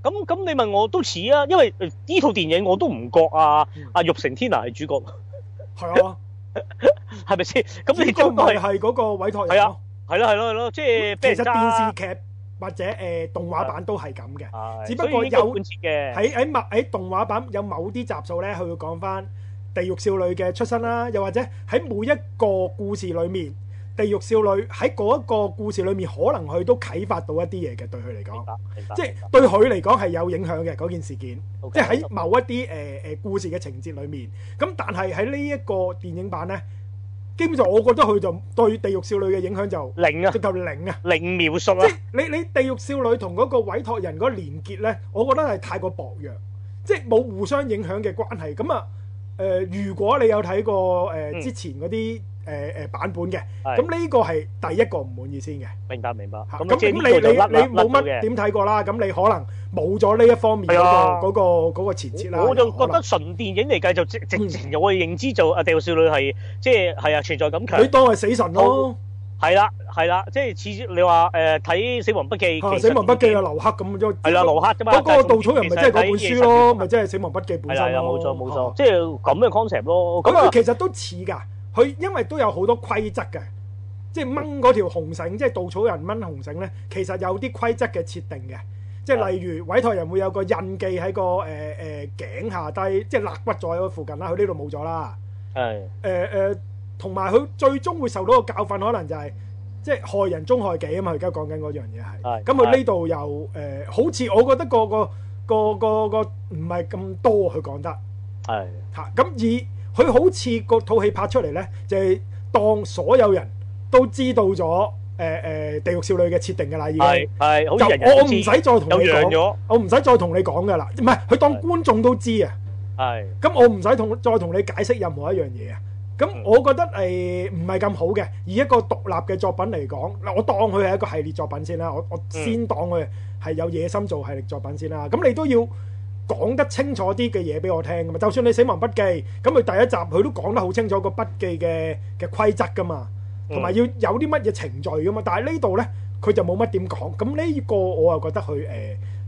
[SPEAKER 1] 咁咁你問我都似啊，因為呃呢套電影我都唔覺啊
[SPEAKER 2] 嗯，
[SPEAKER 1] 阿玉成天娜係主角，
[SPEAKER 2] 係啊，
[SPEAKER 1] 係咪先？咁你
[SPEAKER 2] 呢個
[SPEAKER 1] 都
[SPEAKER 2] 咪
[SPEAKER 1] 係
[SPEAKER 2] 係嗰個委託人咯。
[SPEAKER 1] 係咯係咯係咯，即係
[SPEAKER 2] 其
[SPEAKER 1] 俾
[SPEAKER 2] 實
[SPEAKER 1] 人
[SPEAKER 2] 電視
[SPEAKER 1] 揸。
[SPEAKER 2] 劇或者誒動畫版都係咁嘅。
[SPEAKER 1] 係
[SPEAKER 2] 只不過
[SPEAKER 1] 所以應該
[SPEAKER 2] 有
[SPEAKER 1] 貫徹嘅，
[SPEAKER 2] 喺喺某喺動畫版有某啲集數咧，佢會講翻地獄少女嘅出身啦，又或者喺每一個故事裏面，地獄少女喺嗰一個故事裏面，可能佢都啟發到一啲嘢嘅，對佢嚟
[SPEAKER 1] 明
[SPEAKER 2] 講，
[SPEAKER 1] 白明白。
[SPEAKER 2] 即係對佢嚟講係有影響嘅嗰件事件，即
[SPEAKER 1] OK，
[SPEAKER 2] 係喺某一啲誒誒故事嘅情節裏面。咁但係喺呢一個電影版呢，基本上我覺得佢就對地獄少女嘅影響就
[SPEAKER 1] 零啊
[SPEAKER 2] 直頭零啊！
[SPEAKER 1] 零描述
[SPEAKER 2] 即
[SPEAKER 1] 啊
[SPEAKER 2] 係，你你地獄少女同嗰個委託人嗰個連結咧，我覺得係太過薄弱，即係冇互相影響嘅關係。咁啊，誒、如果你有睇過誒、
[SPEAKER 1] 嗯
[SPEAKER 2] 之前嗰啲誒誒版本嘅，
[SPEAKER 1] 係
[SPEAKER 2] 咁呢個係第一個唔滿意先嘅。
[SPEAKER 1] 明白明白。
[SPEAKER 2] 嚇
[SPEAKER 1] 咁啊
[SPEAKER 2] 咁
[SPEAKER 1] 即
[SPEAKER 2] 咁
[SPEAKER 1] 係呢個就甩甩
[SPEAKER 2] 你你你
[SPEAKER 1] 甩
[SPEAKER 2] 冇
[SPEAKER 1] 到
[SPEAKER 2] 乜
[SPEAKER 1] 嘅。
[SPEAKER 2] 點睇過啦，咁你可能冇咗呢一方面嗰、
[SPEAKER 1] 係啊
[SPEAKER 2] 個嗰、個嗰個前設啦。嗯
[SPEAKER 1] 我就
[SPEAKER 2] 有可
[SPEAKER 1] 覺
[SPEAKER 2] 能
[SPEAKER 1] 得純電影嚟計就直直情我嘅認知就啊《地獄少女》係即係係啊存在感強
[SPEAKER 2] 你，當係死神咯，
[SPEAKER 1] 係啦係啦，即係似你話誒睇《死亡筆記》
[SPEAKER 2] 嚇《
[SPEAKER 1] 其實
[SPEAKER 2] 死亡筆記》啊，劉克咁啫。
[SPEAKER 1] 係啦盧克啫嘛，
[SPEAKER 2] 嗰個
[SPEAKER 1] 但係
[SPEAKER 2] 稻草人咪
[SPEAKER 1] 其實
[SPEAKER 2] 真係嗰本
[SPEAKER 1] 睇
[SPEAKER 2] 書
[SPEAKER 1] 夜
[SPEAKER 2] 咯，
[SPEAKER 1] 神
[SPEAKER 2] 咪真係《死亡筆記》本
[SPEAKER 1] 係啦係啊
[SPEAKER 2] 身
[SPEAKER 1] 啦
[SPEAKER 2] 咯。
[SPEAKER 1] 冇錯冇
[SPEAKER 2] 嚇
[SPEAKER 1] 錯，即係咁嘅 concept 咯。
[SPEAKER 2] 咁
[SPEAKER 1] 咁
[SPEAKER 2] 佢
[SPEAKER 1] 啊
[SPEAKER 2] 其實都似㗎，佢因為都有好多規則嘅，即係掹嗰條紅繩，即係稻草人掹紅繩咧，其實有啲規則嘅設定嘅，即係例如委託人會有個印記喺個誒誒、呃頸下低，即係肋骨左右附近啦，佢呢度冇咗啦。
[SPEAKER 1] 係
[SPEAKER 2] 誒、誒，同埋佢最終會受到個教訓，可能就係、即係害人終害己啊嘛！佢而家講緊嗰樣嘢係，
[SPEAKER 1] 係
[SPEAKER 2] 咁佢呢度又誒、好似我覺得個個個個個唔係咁多佢講得
[SPEAKER 1] 係
[SPEAKER 2] 嚇。咁而佢好似個套戲拍出嚟咧，就係、當所有人都知道咗誒誒地獄少女嘅設定㗎啦，已經
[SPEAKER 1] 係。係，好
[SPEAKER 2] 就
[SPEAKER 1] 似人人
[SPEAKER 2] 我我
[SPEAKER 1] 都
[SPEAKER 2] 唔
[SPEAKER 1] 知
[SPEAKER 2] 使再同
[SPEAKER 1] 有
[SPEAKER 2] 你
[SPEAKER 1] 讓
[SPEAKER 2] 講，
[SPEAKER 1] 咗，
[SPEAKER 2] 我唔使再同你講㗎啦。唔係佢當
[SPEAKER 1] 係
[SPEAKER 2] 觀眾都知啊。
[SPEAKER 1] 係
[SPEAKER 2] 咁我唔使同再同你解釋任何一樣嘢啊。咁
[SPEAKER 1] 嗯
[SPEAKER 2] 我覺得誒唔係咁好嘅，以一個獨立嘅作品嚟講，嗱我當佢係一個系列作品先啦，我我先當佢係有野心做系列作品先啦。咁你都要講得清楚啲嘅嘢俾我聽噶嘛。就算你《死亡筆記》，咁佢第一集佢都講得好清楚個筆記嘅嘅規則噶嘛，同埋要有啲乜嘢程序噶嘛。但係呢度呢，佢就冇乜點講。咁呢個我又覺得佢誒、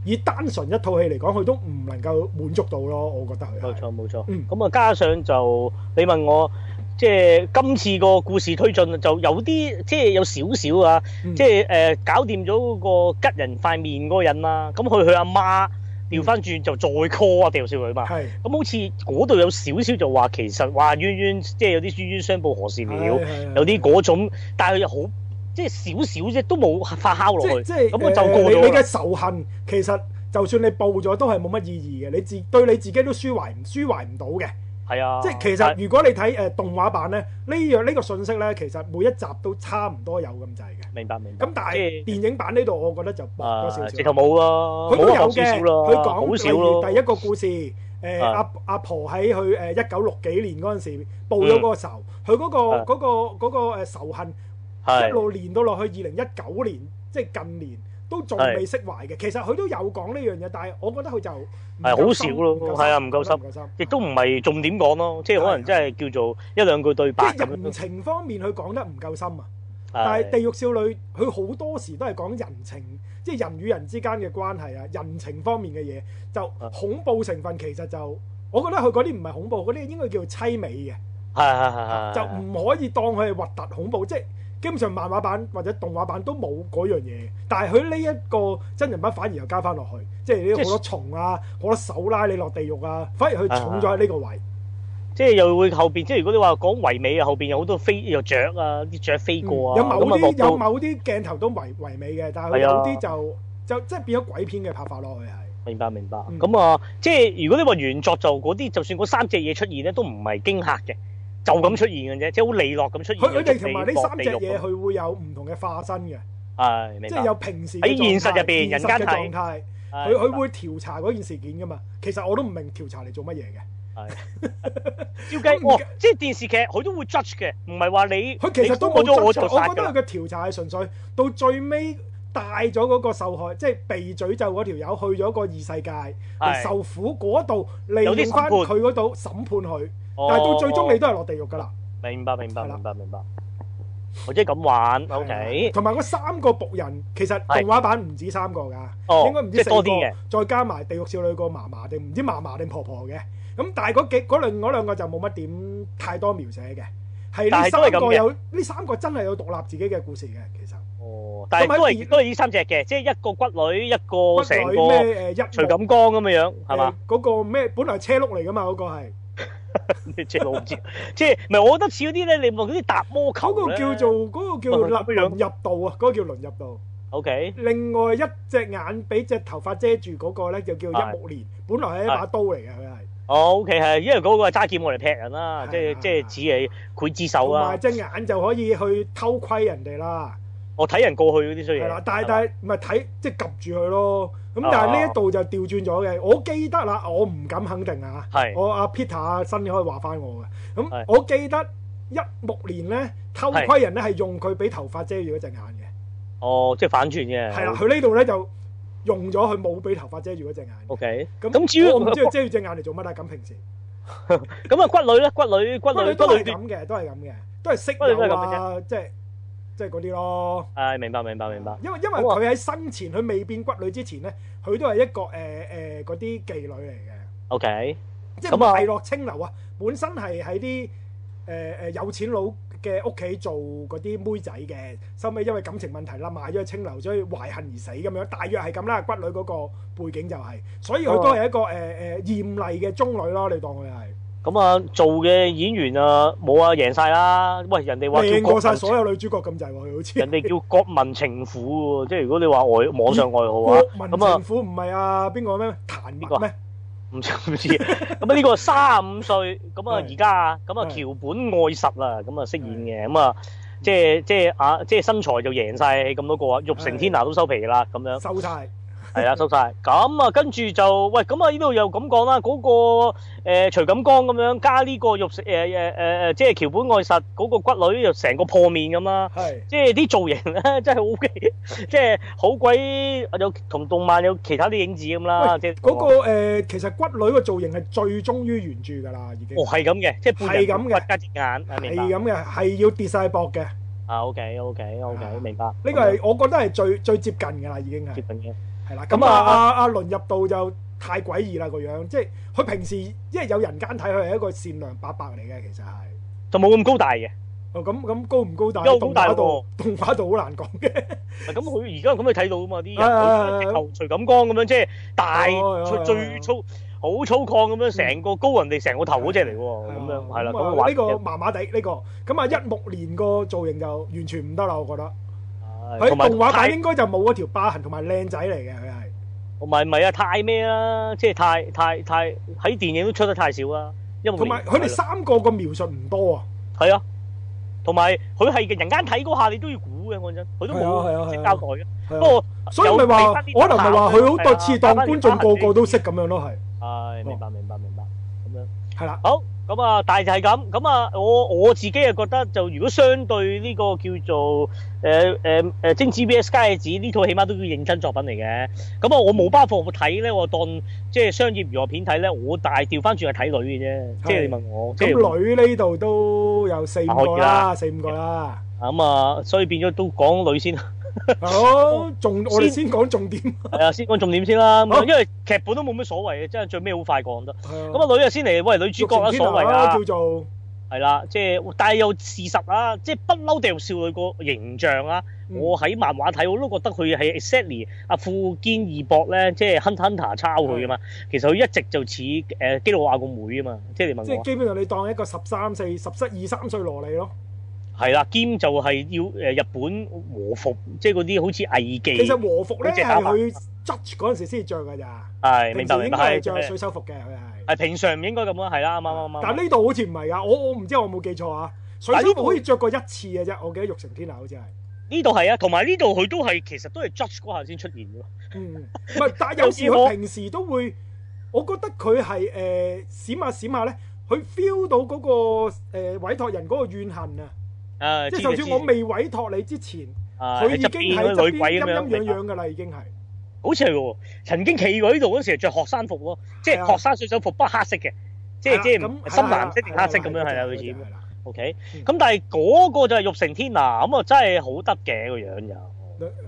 [SPEAKER 2] 以單純一套戲嚟講，佢都唔能夠滿足到咯。我覺得佢係
[SPEAKER 1] 冇錯冇錯。
[SPEAKER 2] 嗯
[SPEAKER 1] 咁啊，加上就你問我，即係今次個故事推進就有啲即係有少少啊，
[SPEAKER 2] 嗯
[SPEAKER 1] 即係誒、呃搞掂咗個吉人塊面嗰個人啦，咁佢佢阿媽調翻轉就再 call
[SPEAKER 2] 嗯
[SPEAKER 1] 啊掉少女嘛。
[SPEAKER 2] 係。
[SPEAKER 1] 咁好似嗰度有少少就話其實話冤冤，即係有啲冤冤相報何時了，
[SPEAKER 2] 係，係，係。
[SPEAKER 1] 有啲嗰種，但係又好即係少少啫，都冇發酵落
[SPEAKER 2] 即係
[SPEAKER 1] 去。
[SPEAKER 2] -即係，
[SPEAKER 1] 咁我就
[SPEAKER 2] 誒，
[SPEAKER 1] 過咗
[SPEAKER 2] 你-
[SPEAKER 1] 啦。
[SPEAKER 2] 你嘅仇恨，其實就算你報咗都係冇乜意義嘅，你自-對你自己都抒懷唔-抒懷唔到嘅。
[SPEAKER 1] 係嗯啊，
[SPEAKER 2] 即係其實
[SPEAKER 1] 但
[SPEAKER 2] 如果你睇，誒，動畫版呢，呢樣-呢個信息呢，其實每一集都差唔多有咁滯嘅。咁
[SPEAKER 1] 明白明白。
[SPEAKER 2] 但係
[SPEAKER 1] 即係
[SPEAKER 2] 電影版呢度，我覺得就薄咗少少。
[SPEAKER 1] 啊，直頭冇啦，
[SPEAKER 2] 佢都
[SPEAKER 1] 冇啊
[SPEAKER 2] 有
[SPEAKER 1] 講少
[SPEAKER 2] 嘅，
[SPEAKER 1] 少咯，
[SPEAKER 2] 佢講
[SPEAKER 1] 好少
[SPEAKER 2] 例如
[SPEAKER 1] 咯。啊
[SPEAKER 2] 第一個故事，誒、阿阿婆喺佢誒一九六幾年嗰陣時報
[SPEAKER 1] 嗯
[SPEAKER 2] 咗嗰個仇，佢嗰、
[SPEAKER 1] 係
[SPEAKER 2] 個嗰、個嗰、個誒仇恨一
[SPEAKER 1] 係
[SPEAKER 2] 路連到落去二零一九年，即係近年都仲
[SPEAKER 1] 係
[SPEAKER 2] 未釋懷嘅。其實佢都有講呢樣嘢，但係我覺得佢就係
[SPEAKER 1] 係好少咯係啊唔夠深
[SPEAKER 2] 唔夠深，
[SPEAKER 1] 亦都唔係重點講咯，即係可能真係叫做一兩句對
[SPEAKER 2] 即
[SPEAKER 1] 白咁
[SPEAKER 2] 係
[SPEAKER 1] 樣
[SPEAKER 2] 人
[SPEAKER 1] 咯。
[SPEAKER 2] 情方面佢講得唔夠深啊。但係
[SPEAKER 1] 係
[SPEAKER 2] 地獄少女佢好多時都係講人情，即係人與人之間嘅關係啊，人情方面嘅嘢
[SPEAKER 1] 啊
[SPEAKER 2] 就恐怖成分其實就我覺得佢嗰啲唔係恐怖，嗰啲應該叫凄美嘅，
[SPEAKER 1] 係係係係
[SPEAKER 2] 就唔可以當佢係核突恐怖，即係基本上漫畫版或者動畫版都冇嗰樣嘢。但係佢呢一個真人版反而又加翻落去，即係呢
[SPEAKER 1] 即係
[SPEAKER 2] 好多蟲啊，好多手拉你落地獄啊，反而佢重咗喺呢個位。
[SPEAKER 1] 即係又會後邊，即係如果你話講唯美啊，後邊有好多飛又雀啊，啲雀飛過啊，
[SPEAKER 2] 嗯有某
[SPEAKER 1] 咁啊落
[SPEAKER 2] 啲有
[SPEAKER 1] 到
[SPEAKER 2] 某啲鏡頭都唯唯美嘅，但係佢
[SPEAKER 1] 係
[SPEAKER 2] 有
[SPEAKER 1] 啊
[SPEAKER 2] 啲就就即係變咗鬼片嘅拍法咯，佢係。
[SPEAKER 1] 明白明白。
[SPEAKER 2] 嗯
[SPEAKER 1] 咁啊，即係如果你話原作就嗰啲，就算嗰三隻嘢出現咧，都唔係驚嚇嘅，就咁出現嘅啫，即係好利落咁出現。
[SPEAKER 2] 佢佢
[SPEAKER 1] 有
[SPEAKER 2] 哋
[SPEAKER 1] 隻
[SPEAKER 2] 同埋
[SPEAKER 1] 地
[SPEAKER 2] 呢
[SPEAKER 1] 落
[SPEAKER 2] 三隻
[SPEAKER 1] 地獄
[SPEAKER 2] 嘢，
[SPEAKER 1] 咁，
[SPEAKER 2] 佢會有唔同嘅化身嘅，
[SPEAKER 1] 係明
[SPEAKER 2] 即
[SPEAKER 1] 白哎
[SPEAKER 2] 係。有平時
[SPEAKER 1] 喺現實入邊
[SPEAKER 2] 人
[SPEAKER 1] 人
[SPEAKER 2] 間
[SPEAKER 1] 間
[SPEAKER 2] 嘅
[SPEAKER 1] 體
[SPEAKER 2] 狀態，
[SPEAKER 1] 係
[SPEAKER 2] 佢佢會調查嗰件事件噶嘛。其實我都唔明調查嚟做乜嘢嘅。
[SPEAKER 1] 照計
[SPEAKER 2] 唔
[SPEAKER 1] 哦，即係電視劇佢都會 judge 嘅，唔係話你
[SPEAKER 2] 佢其實都冇
[SPEAKER 1] 你過咗我
[SPEAKER 2] 執
[SPEAKER 1] 就
[SPEAKER 2] 出，我
[SPEAKER 1] 殺
[SPEAKER 2] 覺
[SPEAKER 1] 㗎
[SPEAKER 2] 得佢
[SPEAKER 1] 啦。
[SPEAKER 2] 嘅調查係純粹到最尾帶咗嗰個受害，即係被詛咒嗰條友去咗個異世界嚟
[SPEAKER 1] 係
[SPEAKER 2] 受苦嗰度，利
[SPEAKER 1] 有啲
[SPEAKER 2] 用翻
[SPEAKER 1] 審判
[SPEAKER 2] 佢嗰度審判佢，
[SPEAKER 1] 但
[SPEAKER 2] 但係到最終你都係落地獄噶啦。
[SPEAKER 1] 哦明白明白
[SPEAKER 2] 係啦
[SPEAKER 1] 明白明白，或者咁玩
[SPEAKER 2] 係啊
[SPEAKER 1] 哦，OK，
[SPEAKER 2] 同埋嗰三個仆人，其實動
[SPEAKER 1] 係
[SPEAKER 2] 畫版唔止三個㗎，
[SPEAKER 1] 哦
[SPEAKER 2] 應該
[SPEAKER 1] 即
[SPEAKER 2] 唔知
[SPEAKER 1] 係
[SPEAKER 2] 四
[SPEAKER 1] 多啲嘅
[SPEAKER 2] 個，再加埋地獄少女個嫲嫲定唔知嫲嫲定婆婆嘅。咁但係嗰幾嗰兩嗰兩個就冇乜點太多描寫嘅，係
[SPEAKER 1] 但
[SPEAKER 2] 呢
[SPEAKER 1] 係都係
[SPEAKER 2] 三
[SPEAKER 1] 咁
[SPEAKER 2] 個
[SPEAKER 1] 嘅
[SPEAKER 2] 有呢三個真係有獨立自己嘅故事嘅，其實
[SPEAKER 1] 哦，但係
[SPEAKER 2] 同埋
[SPEAKER 1] 都
[SPEAKER 2] 電
[SPEAKER 1] 係都係呢三隻嘅，即係一個骨女，一個成
[SPEAKER 2] 骨女
[SPEAKER 1] 個
[SPEAKER 2] 咩呃誒一
[SPEAKER 1] 徐錦江咁樣樣，係
[SPEAKER 2] 誒
[SPEAKER 1] 嘛？
[SPEAKER 2] 嗰個咩本來係車轆嚟㗎嘛，嗰個係
[SPEAKER 1] 即係我唔知，即係唔係？我覺得似嗰啲咧，你望嗰啲搭摩球
[SPEAKER 2] 嗰個
[SPEAKER 1] 咧
[SPEAKER 2] 叫做嗰個叫
[SPEAKER 1] 哦
[SPEAKER 2] 輪
[SPEAKER 1] 咁樣
[SPEAKER 2] 輪入道啊，嗰個叫輪入道。
[SPEAKER 1] OK，
[SPEAKER 2] 另外一隻眼俾隻頭髮遮住嗰個咧，就叫一目
[SPEAKER 1] 啊
[SPEAKER 2] 連，本來係一把刀嚟嘅，佢係。
[SPEAKER 1] 哦 OK 係，因為嗰個係揸劍我嚟劈人啦，即
[SPEAKER 2] 係
[SPEAKER 1] 係
[SPEAKER 2] 係
[SPEAKER 1] 即係似係劊子手啊
[SPEAKER 2] 同
[SPEAKER 1] 啦
[SPEAKER 2] 埋，隻眼就可以去偷窺人哋啦，
[SPEAKER 1] 我睇人過去嗰啲衰
[SPEAKER 2] 係啦
[SPEAKER 1] 嘢，。
[SPEAKER 2] 但
[SPEAKER 1] 係
[SPEAKER 2] 係但係唔係睇即係及住佢咯。咁
[SPEAKER 1] 啊
[SPEAKER 2] 但係呢一度就調轉咗嘅。我記得啦，我唔敢肯定啊。
[SPEAKER 1] 係
[SPEAKER 2] 我阿 Peter 阿新可以話翻我嘅。咁
[SPEAKER 1] 係
[SPEAKER 2] 我記得一目連咧偷窺人咧係用佢俾頭髮遮住嗰隻眼嘅，
[SPEAKER 1] 哦，即係反轉嘅，
[SPEAKER 2] 係啦。佢呢度咧就用咗佢冇俾頭髮遮住嗰隻眼。
[SPEAKER 1] OK，
[SPEAKER 2] 咁
[SPEAKER 1] 哦咁至於
[SPEAKER 2] 我唔知佢遮住隻眼嚟做乜啦。咁平時
[SPEAKER 1] 咁啊骨女咧，骨女骨
[SPEAKER 2] 不
[SPEAKER 1] 女
[SPEAKER 2] 過都
[SPEAKER 1] 骨
[SPEAKER 2] 係
[SPEAKER 1] 女
[SPEAKER 2] 咁嘅，都係咁嘅，都係識
[SPEAKER 1] 不過都係
[SPEAKER 2] 友
[SPEAKER 1] 咁嘅
[SPEAKER 2] 啊，即係即係嗰啲咯。
[SPEAKER 1] 係明白明白明白，
[SPEAKER 2] 因為因為
[SPEAKER 1] 好啊
[SPEAKER 2] 佢喺生前佢未變骨女之前咧，佢都係一個誒誒嗰啲妓女嚟嘅，
[SPEAKER 1] OK。
[SPEAKER 2] 即係
[SPEAKER 1] 咁啊
[SPEAKER 2] 賣落清流啊！本身係喺啲誒誒有錢佬嘅屋企做嗰啲妹仔嘅，收尾因為感情問題啦，賣咗去清流，所以懷恨而死咁樣，大約係咁啦。骨女嗰個背景就係、所以佢都係一個誒誒、豔麗嘅中女咯，你當佢係
[SPEAKER 1] 咁啊，做嘅演員啊，冇啊，贏晒啦！喂，人哋話叫
[SPEAKER 2] 靚過晒
[SPEAKER 1] 國
[SPEAKER 2] 所有女主角咁滯喎，佢好似
[SPEAKER 1] 人哋叫國民情婦喎，即係如果你話外網上外 號啊，
[SPEAKER 2] 國民
[SPEAKER 1] 咁啊
[SPEAKER 2] 政府唔係啊邊個咩
[SPEAKER 1] 邊
[SPEAKER 2] 譚
[SPEAKER 1] 個
[SPEAKER 2] 文咩？
[SPEAKER 1] 唔知唔知，咁啊呢個三五歲，咁啊
[SPEAKER 2] 係
[SPEAKER 1] 而家啊，咁啊
[SPEAKER 2] 係
[SPEAKER 1] 橋本愛實啊，咁啊飾演嘅，咁啊即係即係啊即係身材就贏晒咁多個啊，玉成天拿都收皮啦咁樣。
[SPEAKER 2] 收晒
[SPEAKER 1] 係啦，收 晒。咁啊，跟住就喂，咁啊呢度又咁講啦，嗰、個、呃、徐錦江咁樣加呢個肉食誒誒誒誒，即係橋本愛實嗰個骨女又成個破面咁啦。
[SPEAKER 2] 係
[SPEAKER 1] 即係啲造型咧，真係好鬼，即係好鬼有同動漫有其他啲影子咁啦。即係
[SPEAKER 2] 嗰個呃其實骨女個造型係最忠於原著㗎啦，已經
[SPEAKER 1] 哦係咁嘅，即係半人
[SPEAKER 2] 係咁嘅
[SPEAKER 1] 骨加隻眼，係
[SPEAKER 2] 係
[SPEAKER 1] 明白
[SPEAKER 2] 咁嘅，係要跌晒膊嘅。
[SPEAKER 1] 啊？OK OK OK，明白。
[SPEAKER 2] 啊呢個係我覺得係最最接近㗎啦，已經係
[SPEAKER 1] 接。近嘅，
[SPEAKER 2] 係啦，
[SPEAKER 1] 咁
[SPEAKER 2] 咁啊，
[SPEAKER 1] 啊
[SPEAKER 2] 阿阿倫入道就太詭異啦個樣，即係佢平時因為有人間睇佢係一個善良伯伯嚟嘅，其實係。
[SPEAKER 1] 就冇咁高大嘅。
[SPEAKER 2] 哦，咁咁高唔高大？
[SPEAKER 1] 因為好
[SPEAKER 2] 動
[SPEAKER 1] 大
[SPEAKER 2] 畫
[SPEAKER 1] 喎
[SPEAKER 2] 度動畫度好難講嘅。
[SPEAKER 1] 咁佢而家咁你睇到啊嘛，啲
[SPEAKER 2] 係係係
[SPEAKER 1] 人
[SPEAKER 2] 哦
[SPEAKER 1] 直頭徐錦江咁樣，即係大
[SPEAKER 2] 係係
[SPEAKER 1] 最
[SPEAKER 2] 係
[SPEAKER 1] 最粗好粗犷咁樣，成個高人哋成個頭嗰只嚟喎，哦咁樣係啦，咁
[SPEAKER 2] 嗯啊呢
[SPEAKER 1] 玩
[SPEAKER 2] 個麻麻地呢個，咁啊一目連個造型就完全唔得啦，我覺得。
[SPEAKER 1] 係
[SPEAKER 2] 佢
[SPEAKER 1] 同埋
[SPEAKER 2] 動畫版
[SPEAKER 1] 太
[SPEAKER 2] 應該就冇嗰條疤痕，同埋靚仔嚟嘅佢係。
[SPEAKER 1] 同埋唔係啊，太咩啦，即係太太太喺電影都出得太少啦，因為
[SPEAKER 2] 同埋佢哋三個個描述唔多啊。
[SPEAKER 1] 係啊，同埋佢係人間睇嗰下你都要估嘅，講真，佢都
[SPEAKER 2] 係啊係啊
[SPEAKER 1] 冇
[SPEAKER 2] 係啊
[SPEAKER 1] 交代嘅。
[SPEAKER 2] 係
[SPEAKER 1] 不
[SPEAKER 2] 啊
[SPEAKER 1] 過
[SPEAKER 2] 所以咪話，
[SPEAKER 1] 哦有俾
[SPEAKER 2] 我
[SPEAKER 1] 返啲
[SPEAKER 2] 可能咪話佢好多次當
[SPEAKER 1] 係啊
[SPEAKER 2] 觀眾個個都識咁樣咯，係
[SPEAKER 1] 唉，明白明白明白咁樣。
[SPEAKER 2] 係啦，
[SPEAKER 1] 好，咁啊，但係就係咁，咁啊，我我自己啊覺得就如果相對呢個叫做誒誒誒精子 B.S. 街子呢套，起碼都叫認真作品嚟嘅。咁啊，我冇包袱睇咧，我當即係商業娛樂片睇咧，我大調翻轉係睇女嘅啫。即係你問我，即係啊
[SPEAKER 2] 咁女呢度都有四五個啦，四五個 啦。
[SPEAKER 1] 咁啊，所以變咗都講女先，
[SPEAKER 2] 好，重我哋先講重點。係
[SPEAKER 1] 係啊，先講重點先啦。咁
[SPEAKER 2] 好
[SPEAKER 1] 啊因為劇本都冇乜所謂嘅，真係最尾好快講得。
[SPEAKER 2] 啊
[SPEAKER 1] 咁啊，女啊先嚟，喂，女主角啊，
[SPEAKER 2] 六成
[SPEAKER 1] 所
[SPEAKER 2] 天
[SPEAKER 1] 謂
[SPEAKER 2] 下
[SPEAKER 1] 啊
[SPEAKER 2] 啦，叫。做
[SPEAKER 1] 係啦，即係但係又事實啊，即係不嬲地獄少女個形象啊，
[SPEAKER 2] 嗯
[SPEAKER 1] 我喺漫畫睇我都覺得佢係 exactly 阿富堅義博咧，即係 Hunter x Hunter 抄佢啊嘛。其實佢一直就似誒、呃、基魯亞個妹啊嘛，即係你
[SPEAKER 2] 即
[SPEAKER 1] 問
[SPEAKER 2] 係
[SPEAKER 1] 我
[SPEAKER 2] 基本上你當一個十三四、十七二三歲羅莉咯。
[SPEAKER 1] 係啦，兼就係要誒、呃日本和服，即係嗰啲好似藝
[SPEAKER 2] 其實
[SPEAKER 1] 妓，
[SPEAKER 2] 和服咧
[SPEAKER 1] 呢隻
[SPEAKER 2] 係
[SPEAKER 1] 打扮
[SPEAKER 2] 佢 judge 嗰陣時先至着㗎咋，
[SPEAKER 1] 係啊明
[SPEAKER 2] 平
[SPEAKER 1] 白
[SPEAKER 2] 時
[SPEAKER 1] 明
[SPEAKER 2] 應
[SPEAKER 1] 白
[SPEAKER 2] 該係
[SPEAKER 1] 係
[SPEAKER 2] 着水
[SPEAKER 1] 係
[SPEAKER 2] 手服嘅佢係。
[SPEAKER 1] 係平常唔應該咁啊，係啦，啱啱啱
[SPEAKER 2] 但
[SPEAKER 1] 啱。
[SPEAKER 2] 呢度好似唔係㗎，我我唔知我有冇記錯啊。水
[SPEAKER 1] 但呢
[SPEAKER 2] 手
[SPEAKER 1] 度
[SPEAKER 2] 服好似着過一次嘅啫，我記得玉成天下好似係。
[SPEAKER 1] 呢度係啊，同埋呢度佢都係其實都係 judge 嗰下先出現嘅喎。
[SPEAKER 2] 嗯，唔係，但係 有時佢平時都會，我覺得佢係呃誒閃下閃下咧，佢 feel 到嗰、個、呃、委託人嗰個怨恨啊！
[SPEAKER 1] 啊，
[SPEAKER 2] 即係
[SPEAKER 1] 知
[SPEAKER 2] 就
[SPEAKER 1] 知
[SPEAKER 2] 算我未委託你之前，
[SPEAKER 1] 啊
[SPEAKER 2] 佢已
[SPEAKER 1] 喺
[SPEAKER 2] 經
[SPEAKER 1] 側邊
[SPEAKER 2] 喺側
[SPEAKER 1] 嗰啲
[SPEAKER 2] 邊
[SPEAKER 1] 女
[SPEAKER 2] 陰
[SPEAKER 1] 鬼咁
[SPEAKER 2] 陰
[SPEAKER 1] 樣
[SPEAKER 2] 陽
[SPEAKER 1] 明白
[SPEAKER 2] 陽㗎啦，已經係
[SPEAKER 1] 好似係喎，曾經企過呢度嗰時係着學生服咯，即
[SPEAKER 2] 係
[SPEAKER 1] 係
[SPEAKER 2] 啊
[SPEAKER 1] 學生水手服，不過黑色嘅，即係即係
[SPEAKER 2] 係啦啊
[SPEAKER 1] 唔
[SPEAKER 2] 咁
[SPEAKER 1] 深
[SPEAKER 2] 係啦
[SPEAKER 1] 藍色定黑色咁樣係啦，
[SPEAKER 2] 嗰
[SPEAKER 1] 類
[SPEAKER 2] 隻
[SPEAKER 1] 似
[SPEAKER 2] 係啦
[SPEAKER 1] OK，
[SPEAKER 2] 嗯
[SPEAKER 1] 咁但係嗰個就係玉成天娜，咁啊真係好得嘅個樣就啊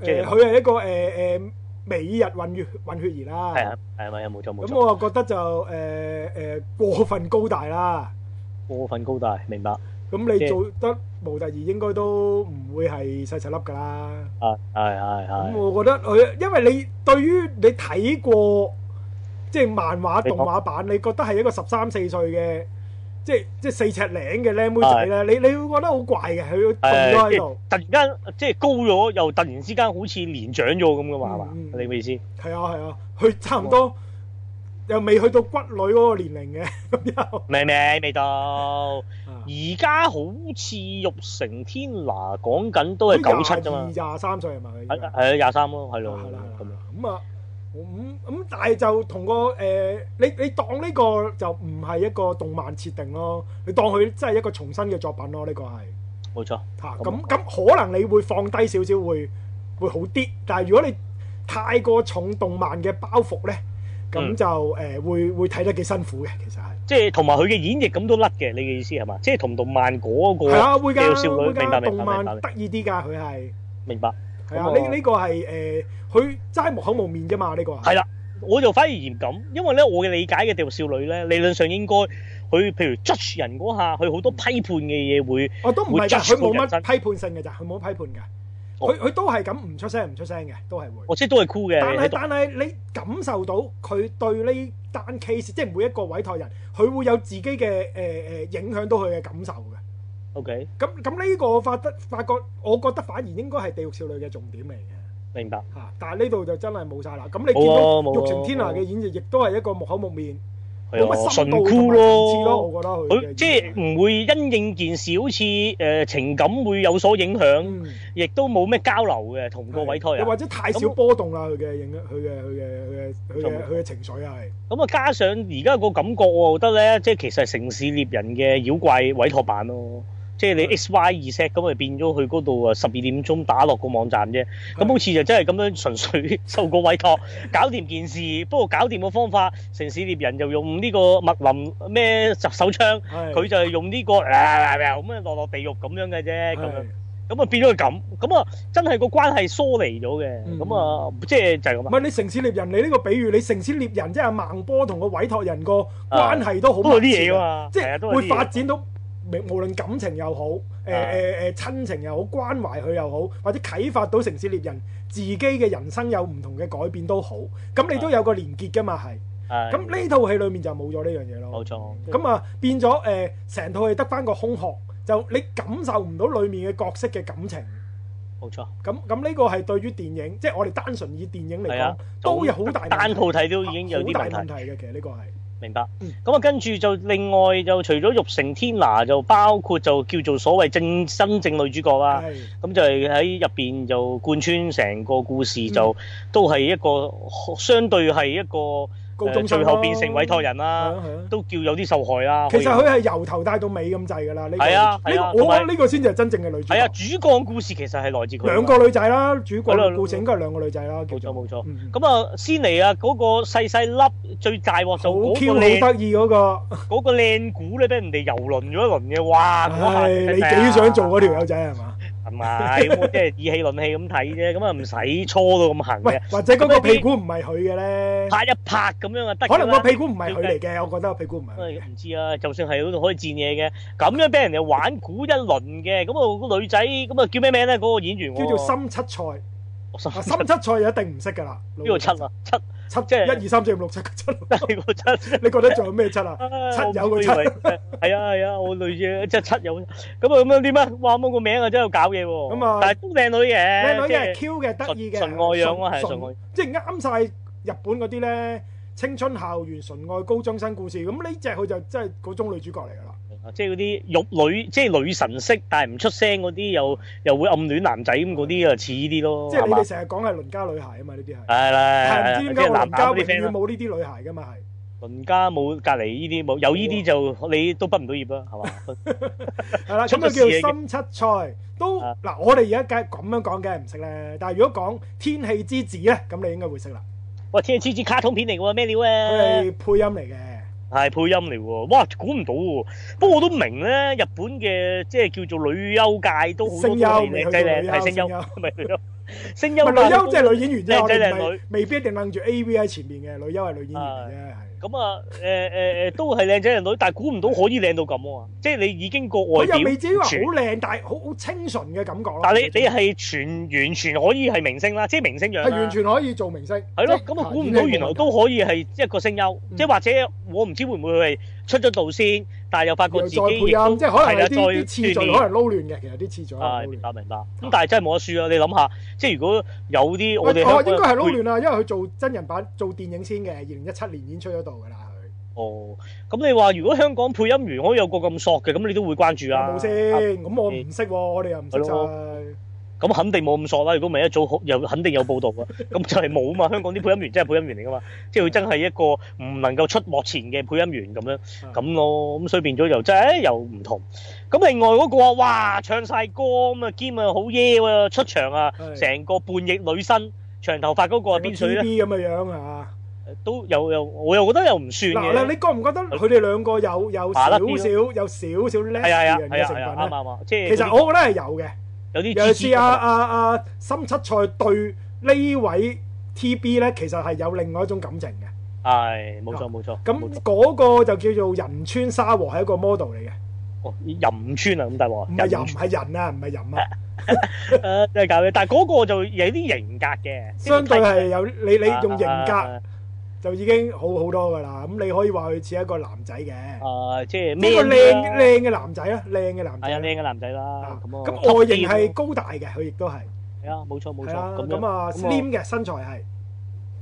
[SPEAKER 1] 即
[SPEAKER 2] 誒
[SPEAKER 1] 係
[SPEAKER 2] 佢係一個誒誒、美日混血混血兒啦。
[SPEAKER 1] 係啊係咪啊冇錯冇
[SPEAKER 2] 咁
[SPEAKER 1] 錯，
[SPEAKER 2] 我又覺得就誒誒、過分高大啦。
[SPEAKER 1] 過分高大明白
[SPEAKER 2] 咁你
[SPEAKER 1] 即係
[SPEAKER 2] 做得模特兒應該都唔會係細細粒㗎啦。
[SPEAKER 1] 係啊係係
[SPEAKER 2] 咁
[SPEAKER 1] 係
[SPEAKER 2] 我覺得佢，因為你對於你睇過即係漫畫
[SPEAKER 1] 你講
[SPEAKER 2] 動畫版，你覺得係一個十三四歲嘅，即係即係四尺零嘅靚妹仔咧，你你會覺得好怪嘅，佢凍
[SPEAKER 1] 誒，
[SPEAKER 2] 咗喺
[SPEAKER 1] 即係，
[SPEAKER 2] 度
[SPEAKER 1] 突然間即係高咗，又突然之間好似年長咗咁噶嘛，係嘛
[SPEAKER 2] 嗯嗯？
[SPEAKER 1] 你嘅意思？
[SPEAKER 2] 係啊係啊，佢差唔多又未去到骨女嗰個年齡嘅，咁又
[SPEAKER 1] 未未未 到，而家好似玉成天娜講緊 都係九七啫
[SPEAKER 2] 廿二
[SPEAKER 1] 嘛，
[SPEAKER 2] 廿三歲係咪？佢
[SPEAKER 1] 係
[SPEAKER 2] 而家
[SPEAKER 1] 係廿三咯，係咯
[SPEAKER 2] 係啦係啦
[SPEAKER 1] 咁樣。
[SPEAKER 2] 咁啊。咁咁，但係就同個誒、你你當呢個就唔係一個動漫設定咯，你當佢真係一個重新嘅作品咯，呢、個係。
[SPEAKER 1] 冇錯，
[SPEAKER 2] 嚇
[SPEAKER 1] 咁啊
[SPEAKER 2] 咁咁可能你會放低少少會會好啲，但係如果你太過重動漫嘅包袱咧，咁
[SPEAKER 1] 嗯
[SPEAKER 2] 就誒、呃、會會睇得幾辛苦嘅，其實係
[SPEAKER 1] 即係同埋佢嘅演繹咁都甩嘅，你嘅意思係嘛？即係同動漫嗰
[SPEAKER 2] 係
[SPEAKER 1] 個
[SPEAKER 2] 啊會㗎
[SPEAKER 1] 哦有少女
[SPEAKER 2] 會
[SPEAKER 1] 明白明白
[SPEAKER 2] 㗎，動漫
[SPEAKER 1] 明白
[SPEAKER 2] 得意啲㗎，佢係
[SPEAKER 1] 明白
[SPEAKER 2] 係啊
[SPEAKER 1] 咁
[SPEAKER 2] 呢
[SPEAKER 1] 我
[SPEAKER 2] 呢個係誒佢齋木口無面啫嘛，呢個係
[SPEAKER 1] 係啦。我就反而嫌咁，因為咧我嘅理解嘅地獄少女咧，理論上應該佢譬如 judge 人嗰下，佢好多批判嘅嘢會
[SPEAKER 2] 哦我都唔
[SPEAKER 1] 會
[SPEAKER 2] 係㗎，
[SPEAKER 1] judge
[SPEAKER 2] 佢冇
[SPEAKER 1] 個人
[SPEAKER 2] 乜
[SPEAKER 1] 生哦
[SPEAKER 2] 批判性嘅咋，佢冇批判㗎。佢佢都係咁唔出聲唔出聲嘅，都係會。
[SPEAKER 1] 我哦即係都係酷嘅
[SPEAKER 2] 但係
[SPEAKER 1] 喺度，
[SPEAKER 2] 但係你感受到佢對呢單 case，即係每一個委託人，佢會有自己嘅誒誒影響到佢嘅感受嘅。
[SPEAKER 1] OK，
[SPEAKER 2] 咁咁呢個發得發覺，我覺得反而應該係《地獄少女》嘅重點嚟嘅
[SPEAKER 1] 明白。
[SPEAKER 2] 嚇。但係呢度就真係冇晒啦。咁你見到
[SPEAKER 1] 冇啊冇啊
[SPEAKER 2] 玉成天下嘅演繹，亦都係一個木口木面，
[SPEAKER 1] 係
[SPEAKER 2] 冇
[SPEAKER 1] 啊，
[SPEAKER 2] 乜深
[SPEAKER 1] 純
[SPEAKER 2] 度同
[SPEAKER 1] 酷
[SPEAKER 2] 埋層次咯。
[SPEAKER 1] 咯。
[SPEAKER 2] 我覺得佢嘅
[SPEAKER 1] 佢即
[SPEAKER 2] 演繹
[SPEAKER 1] 係唔會因應件事，好似誒情感會有所影響，
[SPEAKER 2] 嗯
[SPEAKER 1] 亦都冇咩交流嘅同個委託人
[SPEAKER 2] 又。或者太少波動啦，佢嘅影佢嘅佢嘅佢嘅佢嘅佢嘅情緒係
[SPEAKER 1] 咁啊，加上而家個感覺，我覺得咧，即係其實係城市獵人嘅妖怪委託版咯。即係
[SPEAKER 2] 嗯
[SPEAKER 1] 你 X Y 二 set 咁咪變咗佢嗰度啊，十二點鐘打落個網站啫。
[SPEAKER 2] 嗯
[SPEAKER 1] 咁好似就真係咁樣純粹受個委 託，搞掂件事。不過搞掂嘅方法，城市獵人就用呢個麥林咩手槍，
[SPEAKER 2] 係
[SPEAKER 1] 佢就係用呢、個啊咁樣落落地獄咁樣嘅啫，咁樣
[SPEAKER 2] 係
[SPEAKER 1] 咁啊變咗佢咁，咁啊真係個關係疏離咗嘅，
[SPEAKER 2] 嗯
[SPEAKER 1] 咁啊即係就係咁
[SPEAKER 2] 唔
[SPEAKER 1] 啊。
[SPEAKER 2] 係你城市獵人，你呢個比喻，你城市獵人即係阿孟波同個委託人個關係都好
[SPEAKER 1] 啊都係
[SPEAKER 2] 密
[SPEAKER 1] 啲
[SPEAKER 2] 切
[SPEAKER 1] 嘢
[SPEAKER 2] 嘅
[SPEAKER 1] 㗎，嘛，
[SPEAKER 2] 即
[SPEAKER 1] 係啊
[SPEAKER 2] 係
[SPEAKER 1] 都係啲
[SPEAKER 2] 會發
[SPEAKER 1] 嘢。
[SPEAKER 2] 展到無無論感情又好，誒
[SPEAKER 1] 啊
[SPEAKER 2] 誒誒親情又好，關懷佢又好，或者啟發到城市獵人自己嘅人生有唔同嘅改變都好，咁你都有個連結㗎嘛係。
[SPEAKER 1] 啊係
[SPEAKER 2] 咁呢套戲裡面就冇咗呢樣嘢咯
[SPEAKER 1] 冇。錯。
[SPEAKER 2] 咁啊變咗誒，成套戲得翻個空殼，就你感受唔到裡面嘅角色嘅感情。
[SPEAKER 1] 冇錯，
[SPEAKER 2] 咁咁呢個係對於電影，即係我哋單純以電影嚟
[SPEAKER 1] 係啊
[SPEAKER 2] 講，都有好大問題
[SPEAKER 1] 單套睇都已經有啲
[SPEAKER 2] 好
[SPEAKER 1] 問
[SPEAKER 2] 大問
[SPEAKER 1] 題，
[SPEAKER 2] 題嘅。其實呢個係
[SPEAKER 1] 明白
[SPEAKER 2] 嗯。
[SPEAKER 1] 咁啊，跟住就另外就除咗玉成天拿，就包括就叫做所謂正真正女主角啦。
[SPEAKER 2] 係
[SPEAKER 1] 咁就係喺入邊就貫穿成個故事，就都係一個相對係一個
[SPEAKER 2] 嗯高
[SPEAKER 1] 誒
[SPEAKER 2] 中生
[SPEAKER 1] 最
[SPEAKER 2] 咯
[SPEAKER 1] 後變成委託。人
[SPEAKER 2] 係
[SPEAKER 1] 啦，
[SPEAKER 2] 啊係啊
[SPEAKER 1] 都叫有啲受害啦。
[SPEAKER 2] 其實
[SPEAKER 1] 可以
[SPEAKER 2] 佢係啊由頭帶到尾咁滯㗎啦。呢個
[SPEAKER 1] 係啊係啊
[SPEAKER 2] 呢個我覺
[SPEAKER 1] 同
[SPEAKER 2] 得呢個先至係真正嘅女主
[SPEAKER 1] 係啊，
[SPEAKER 2] 角。
[SPEAKER 1] 主幹故事其實係來自佢啊
[SPEAKER 2] 兩個女仔啦，主角
[SPEAKER 1] 係啦
[SPEAKER 2] 故事應該係兩個女仔啦。
[SPEAKER 1] 冇錯冇錯。
[SPEAKER 2] 咁
[SPEAKER 1] 咁啊，先嚟啊，嗰個細細粒最大鑊就
[SPEAKER 2] 好 Q
[SPEAKER 1] 嗰個
[SPEAKER 2] 好
[SPEAKER 1] 靚
[SPEAKER 2] 得意嗰個，
[SPEAKER 1] 嗰個靚股咧，俾人哋遊輪咗一輪嘅，哇！嗰下
[SPEAKER 2] 唉你幾想做嗰條友仔係嘛？
[SPEAKER 1] 唔係，咁我即係以氣論氣咁睇啫，咁啊唔使搓到咁行
[SPEAKER 2] 喂
[SPEAKER 1] 嘅，，
[SPEAKER 2] 或者嗰個屁股唔係佢嘅咧，
[SPEAKER 1] 拍一拍咁樣啊得㗎啦
[SPEAKER 2] 可能個屁股唔係佢嚟嘅，我覺得個屁股唔係佢
[SPEAKER 1] 唉
[SPEAKER 2] 嘅。
[SPEAKER 1] 唔知啊，就算係嗰度可以戰嘢嘅，咁樣俾人哋玩估一輪嘅，咁啊個女仔咁啊叫咩名咧？嗰個演員
[SPEAKER 2] 叫做深 七菜。
[SPEAKER 1] 我心
[SPEAKER 2] 啊，
[SPEAKER 1] 心
[SPEAKER 2] 深七菜就一定唔識㗎啦。
[SPEAKER 1] 邊個七啊？七
[SPEAKER 2] 七
[SPEAKER 1] 即係
[SPEAKER 2] 一二三四五六七 個七，
[SPEAKER 1] 係個七。
[SPEAKER 2] 你覺得仲有咩七 啊？
[SPEAKER 1] 啊
[SPEAKER 2] 七有個七
[SPEAKER 1] 我唔知以為係啊係啊，我類似即係七有咁啊咁樣點啊？哇！咁個名啊真係有搞嘢喎，
[SPEAKER 2] 咁啊
[SPEAKER 1] 但係都靚女嘅，
[SPEAKER 2] 靚女
[SPEAKER 1] 即係
[SPEAKER 2] 嘅、Q 嘅、得意嘅，
[SPEAKER 1] 純純愛樣啊係純愛
[SPEAKER 2] 純即係啱晒日本嗰啲咧青春校園純愛高中生故事。咁呢只佢就真係嗰種女主角嚟㗎啦。
[SPEAKER 1] 啊即係嗰啲玉女，即係女神式，但係唔出聲嗰啲，又又會暗戀男仔咁嗰啲啊，似呢啲咯，
[SPEAKER 2] 即係
[SPEAKER 1] 係
[SPEAKER 2] 你
[SPEAKER 1] 嘛
[SPEAKER 2] 哋？成日講係鄰家女孩啊嘛，呢啲係。
[SPEAKER 1] 係
[SPEAKER 2] 係
[SPEAKER 1] 啦，
[SPEAKER 2] 唔
[SPEAKER 1] 即
[SPEAKER 2] 知點
[SPEAKER 1] 係
[SPEAKER 2] 解我
[SPEAKER 1] 男
[SPEAKER 2] 鄰
[SPEAKER 1] 男
[SPEAKER 2] 家
[SPEAKER 1] 嗰
[SPEAKER 2] 永
[SPEAKER 1] 啲 friend 啊
[SPEAKER 2] 遠
[SPEAKER 1] 咯，
[SPEAKER 2] 冇呢啲女孩㗎嘛係。
[SPEAKER 1] 鄰家冇隔離呢啲冇，有呢啲就你都畢唔到業啦，係嘛？
[SPEAKER 2] 係啦，
[SPEAKER 1] 出
[SPEAKER 2] 咁
[SPEAKER 1] 咗
[SPEAKER 2] 就
[SPEAKER 1] 事
[SPEAKER 2] 叫深七菜。都
[SPEAKER 1] 啊
[SPEAKER 2] 嗱，我哋而家梗係咁樣講，梗係唔識咧。但係如果講天氣之子咧，咁你應該會識啦。
[SPEAKER 1] 喂，天氣之子卡通片嚟喎，咩料
[SPEAKER 2] 佢
[SPEAKER 1] 啊？
[SPEAKER 2] 係配音嚟嘅。
[SPEAKER 1] 係配音嚟喎，哇，估唔到喎。不過我都明咧，日本嘅即係叫做女優界都好多都
[SPEAKER 2] 聲優
[SPEAKER 1] 係
[SPEAKER 2] 未去
[SPEAKER 1] 靚
[SPEAKER 2] 到
[SPEAKER 1] 仔
[SPEAKER 2] 女
[SPEAKER 1] 靚，係
[SPEAKER 2] 優，
[SPEAKER 1] 聲
[SPEAKER 2] 聲
[SPEAKER 1] 優
[SPEAKER 2] 優。
[SPEAKER 1] 唔係女優，聲
[SPEAKER 2] 唔係
[SPEAKER 1] 優
[SPEAKER 2] 女優即係女演員啫，
[SPEAKER 1] 靚
[SPEAKER 2] 我
[SPEAKER 1] 仔靚
[SPEAKER 2] 哋唔
[SPEAKER 1] 女
[SPEAKER 2] 係。未必一定楞住 A V 喺前面嘅，女優係女演員嚟啫，係。
[SPEAKER 1] 咁啊，誒誒誒，都係靚仔靚女，但係估唔到可以靚到咁啊！即係你已經個外
[SPEAKER 2] 佢
[SPEAKER 1] 表
[SPEAKER 2] 又未至於話好
[SPEAKER 1] 全
[SPEAKER 2] 靚，但係好好清純嘅感覺咯。
[SPEAKER 1] 但係你你係全完全可以係明星啦，即係明星樣
[SPEAKER 2] 係
[SPEAKER 1] 啦
[SPEAKER 2] 完全可以做明星。
[SPEAKER 1] 係咯。
[SPEAKER 2] 即係
[SPEAKER 1] 咁啊，估唔到原來都可以係一個聲優，
[SPEAKER 2] 嗯
[SPEAKER 1] 即係或者我唔知會唔會係出咗道先，但係又發覺
[SPEAKER 2] 又
[SPEAKER 1] 自己
[SPEAKER 2] 再配
[SPEAKER 1] 亦都
[SPEAKER 2] 音，即係可
[SPEAKER 1] 係啦
[SPEAKER 2] 能有
[SPEAKER 1] 再
[SPEAKER 2] 啲啲次序
[SPEAKER 1] 鍛
[SPEAKER 2] 可
[SPEAKER 1] 鍊
[SPEAKER 2] 能撈亂嘅，其實啲次序可能
[SPEAKER 1] 啊
[SPEAKER 2] 撈
[SPEAKER 1] 明
[SPEAKER 2] 亂。
[SPEAKER 1] 白明白。咁但係真係冇得輸啊！你諗下，即係如果有啲我哋
[SPEAKER 2] 喂
[SPEAKER 1] 香
[SPEAKER 2] 哦，
[SPEAKER 1] 港
[SPEAKER 2] 應該係撈
[SPEAKER 1] 人
[SPEAKER 2] 亂啦，因為佢做真人版做電影先嘅，二零一七年已經出咗道㗎啦。佢
[SPEAKER 1] 哦，咁你話如果香港配音員可以有個咁索嘅，咁你都會關注啊？
[SPEAKER 2] 有冇先？咁我唔識喎，我哋又唔識
[SPEAKER 1] 係咯
[SPEAKER 2] 晒。
[SPEAKER 1] 咁肯定冇咁索啦。如果唔係一早好 又肯定有報道啊。咁就係冇嘛。香港啲配音員真係配音員嚟噶嘛，即係佢真係一個唔能夠出幕前嘅配音員咁樣
[SPEAKER 2] 啊
[SPEAKER 1] 咁咯。咁所以變咗又真係哎又唔同。咁另外嗰個啊，哇，唱晒歌咁啊，兼啊好耶喎，出場啊，
[SPEAKER 2] 係
[SPEAKER 1] 成個叛逆女生。長頭髮嗰個係邊水咧？
[SPEAKER 2] ？B 咁嘅樣啊！
[SPEAKER 1] 都又又我又覺得又唔算
[SPEAKER 2] 嗱，嗱
[SPEAKER 1] 嘅。
[SPEAKER 2] 你覺唔覺得佢哋兩個有有
[SPEAKER 1] 麻甩
[SPEAKER 2] 少少
[SPEAKER 1] 啲
[SPEAKER 2] 有少少叻
[SPEAKER 1] 係啊係啊
[SPEAKER 2] 嘅
[SPEAKER 1] 係啊
[SPEAKER 2] 成
[SPEAKER 1] 係啊
[SPEAKER 2] 分
[SPEAKER 1] 啱
[SPEAKER 2] 咧？
[SPEAKER 1] 啱啊！即係
[SPEAKER 2] 其實
[SPEAKER 1] 有啲
[SPEAKER 2] 我覺得係有嘅，
[SPEAKER 1] 有啲
[SPEAKER 2] 尤
[SPEAKER 1] 知
[SPEAKER 2] 其
[SPEAKER 1] 知
[SPEAKER 2] 是阿阿阿深七菜對呢位 TB 咧，其實係有另外一種感情嘅。
[SPEAKER 1] 係冇錯冇錯。冇錯
[SPEAKER 2] 咁嗰個就叫做仁川沙和，係一個 model 嚟嘅。
[SPEAKER 1] 哦，淫村啊咁大鑊
[SPEAKER 2] 唔
[SPEAKER 1] 啊，
[SPEAKER 2] 係
[SPEAKER 1] 村
[SPEAKER 2] 人唔係人啊，唔係人啊，
[SPEAKER 1] 誒呃真係搞嘢。但係嗰個就有啲型格嘅，
[SPEAKER 2] 相對係有你你用型格
[SPEAKER 1] 啊
[SPEAKER 2] 就已經好好多㗎啦。咁你可以話佢似一個男仔嘅，
[SPEAKER 1] 啊，即係
[SPEAKER 2] 即係
[SPEAKER 1] 咩
[SPEAKER 2] 一個
[SPEAKER 1] 啲
[SPEAKER 2] 靚
[SPEAKER 1] 啦
[SPEAKER 2] 靚嘅男仔啦，靚嘅男
[SPEAKER 1] 係啊，
[SPEAKER 2] 仔啦。
[SPEAKER 1] 靚嘅男仔啦
[SPEAKER 2] 啊，
[SPEAKER 1] 咁啊，
[SPEAKER 2] 咁外形
[SPEAKER 1] 吸
[SPEAKER 2] 係
[SPEAKER 1] 啲
[SPEAKER 2] 高大嘅，佢亦都係
[SPEAKER 1] 喎係啊，冇錯冇錯，
[SPEAKER 2] 係啦。
[SPEAKER 1] 咁
[SPEAKER 2] 咁
[SPEAKER 1] 樣咁
[SPEAKER 2] 啊
[SPEAKER 1] 啊
[SPEAKER 2] slim 嘅身材係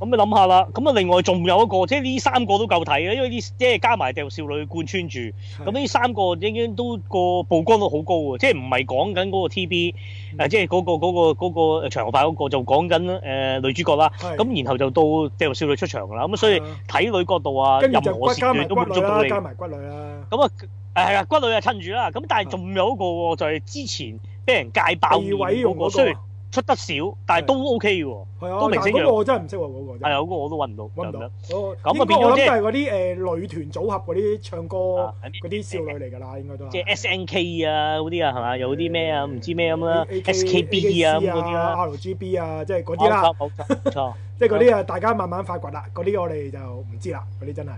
[SPEAKER 1] 咁你諗下啦，咁啊另外仲有一個，即係呢三個都夠睇嘅，因為呢即係加埋掉少女貫穿住，咁呢三個應該都個曝光率好高喎，即係唔係講緊嗰個 TV
[SPEAKER 2] 嗯
[SPEAKER 1] 誒，即係嗰個嗰個嗰個長頭髮嗰個就講緊誒女主角啦，
[SPEAKER 2] 係
[SPEAKER 1] 咁然後就到掉少女出場啦，咁所以
[SPEAKER 2] 係啊
[SPEAKER 1] 睇女角度啊，
[SPEAKER 2] 跟住
[SPEAKER 1] 任
[SPEAKER 2] 就
[SPEAKER 1] 何
[SPEAKER 2] 骨
[SPEAKER 1] 時
[SPEAKER 2] 加埋
[SPEAKER 1] 段
[SPEAKER 2] 骨
[SPEAKER 1] 都滿
[SPEAKER 2] 女
[SPEAKER 1] 足到
[SPEAKER 2] 啦，
[SPEAKER 1] 你。
[SPEAKER 2] 加埋骨女啦，
[SPEAKER 1] 咁啊誒係啊，骨女啊趁住啦，咁但係仲有一個喎，就係之前俾人戒爆面
[SPEAKER 2] 第二位
[SPEAKER 1] 嗰
[SPEAKER 2] 用
[SPEAKER 1] 個，
[SPEAKER 2] 嗰
[SPEAKER 1] 雖
[SPEAKER 2] 個啊
[SPEAKER 1] 然。出得少，但係都 OK 喎。
[SPEAKER 2] 係啊，
[SPEAKER 1] 都明
[SPEAKER 2] 但
[SPEAKER 1] 星
[SPEAKER 2] 嗰個
[SPEAKER 1] 樣
[SPEAKER 2] 我真係唔識喎，嗰個真
[SPEAKER 1] 係
[SPEAKER 2] 係
[SPEAKER 1] 啊，嗰個我都揾唔到。就咁
[SPEAKER 2] 揾唔
[SPEAKER 1] 樣
[SPEAKER 2] 到。嗰
[SPEAKER 1] 咁
[SPEAKER 2] 個
[SPEAKER 1] 啊
[SPEAKER 2] 應該
[SPEAKER 1] 變咗
[SPEAKER 2] 我諗
[SPEAKER 1] 即係
[SPEAKER 2] 都係嗰啲誒女團組合嗰啲唱歌
[SPEAKER 1] 啊
[SPEAKER 2] 嗰啲少女嚟㗎啦，應該都係
[SPEAKER 1] 即係 SNK 啊嗰啲啊係嘛，有啲咩啊唔知咩咁啦
[SPEAKER 2] A- A-
[SPEAKER 1] ，SKB 啊咁嗰啲啦，
[SPEAKER 2] ，RGB 啊，即係嗰啲
[SPEAKER 1] 冇
[SPEAKER 2] 啦，
[SPEAKER 1] 錯冇錯冇錯。
[SPEAKER 2] 即係嗰啲啊，大家慢慢發掘啦，嗰啲我哋就唔知啦，嗰啲真係。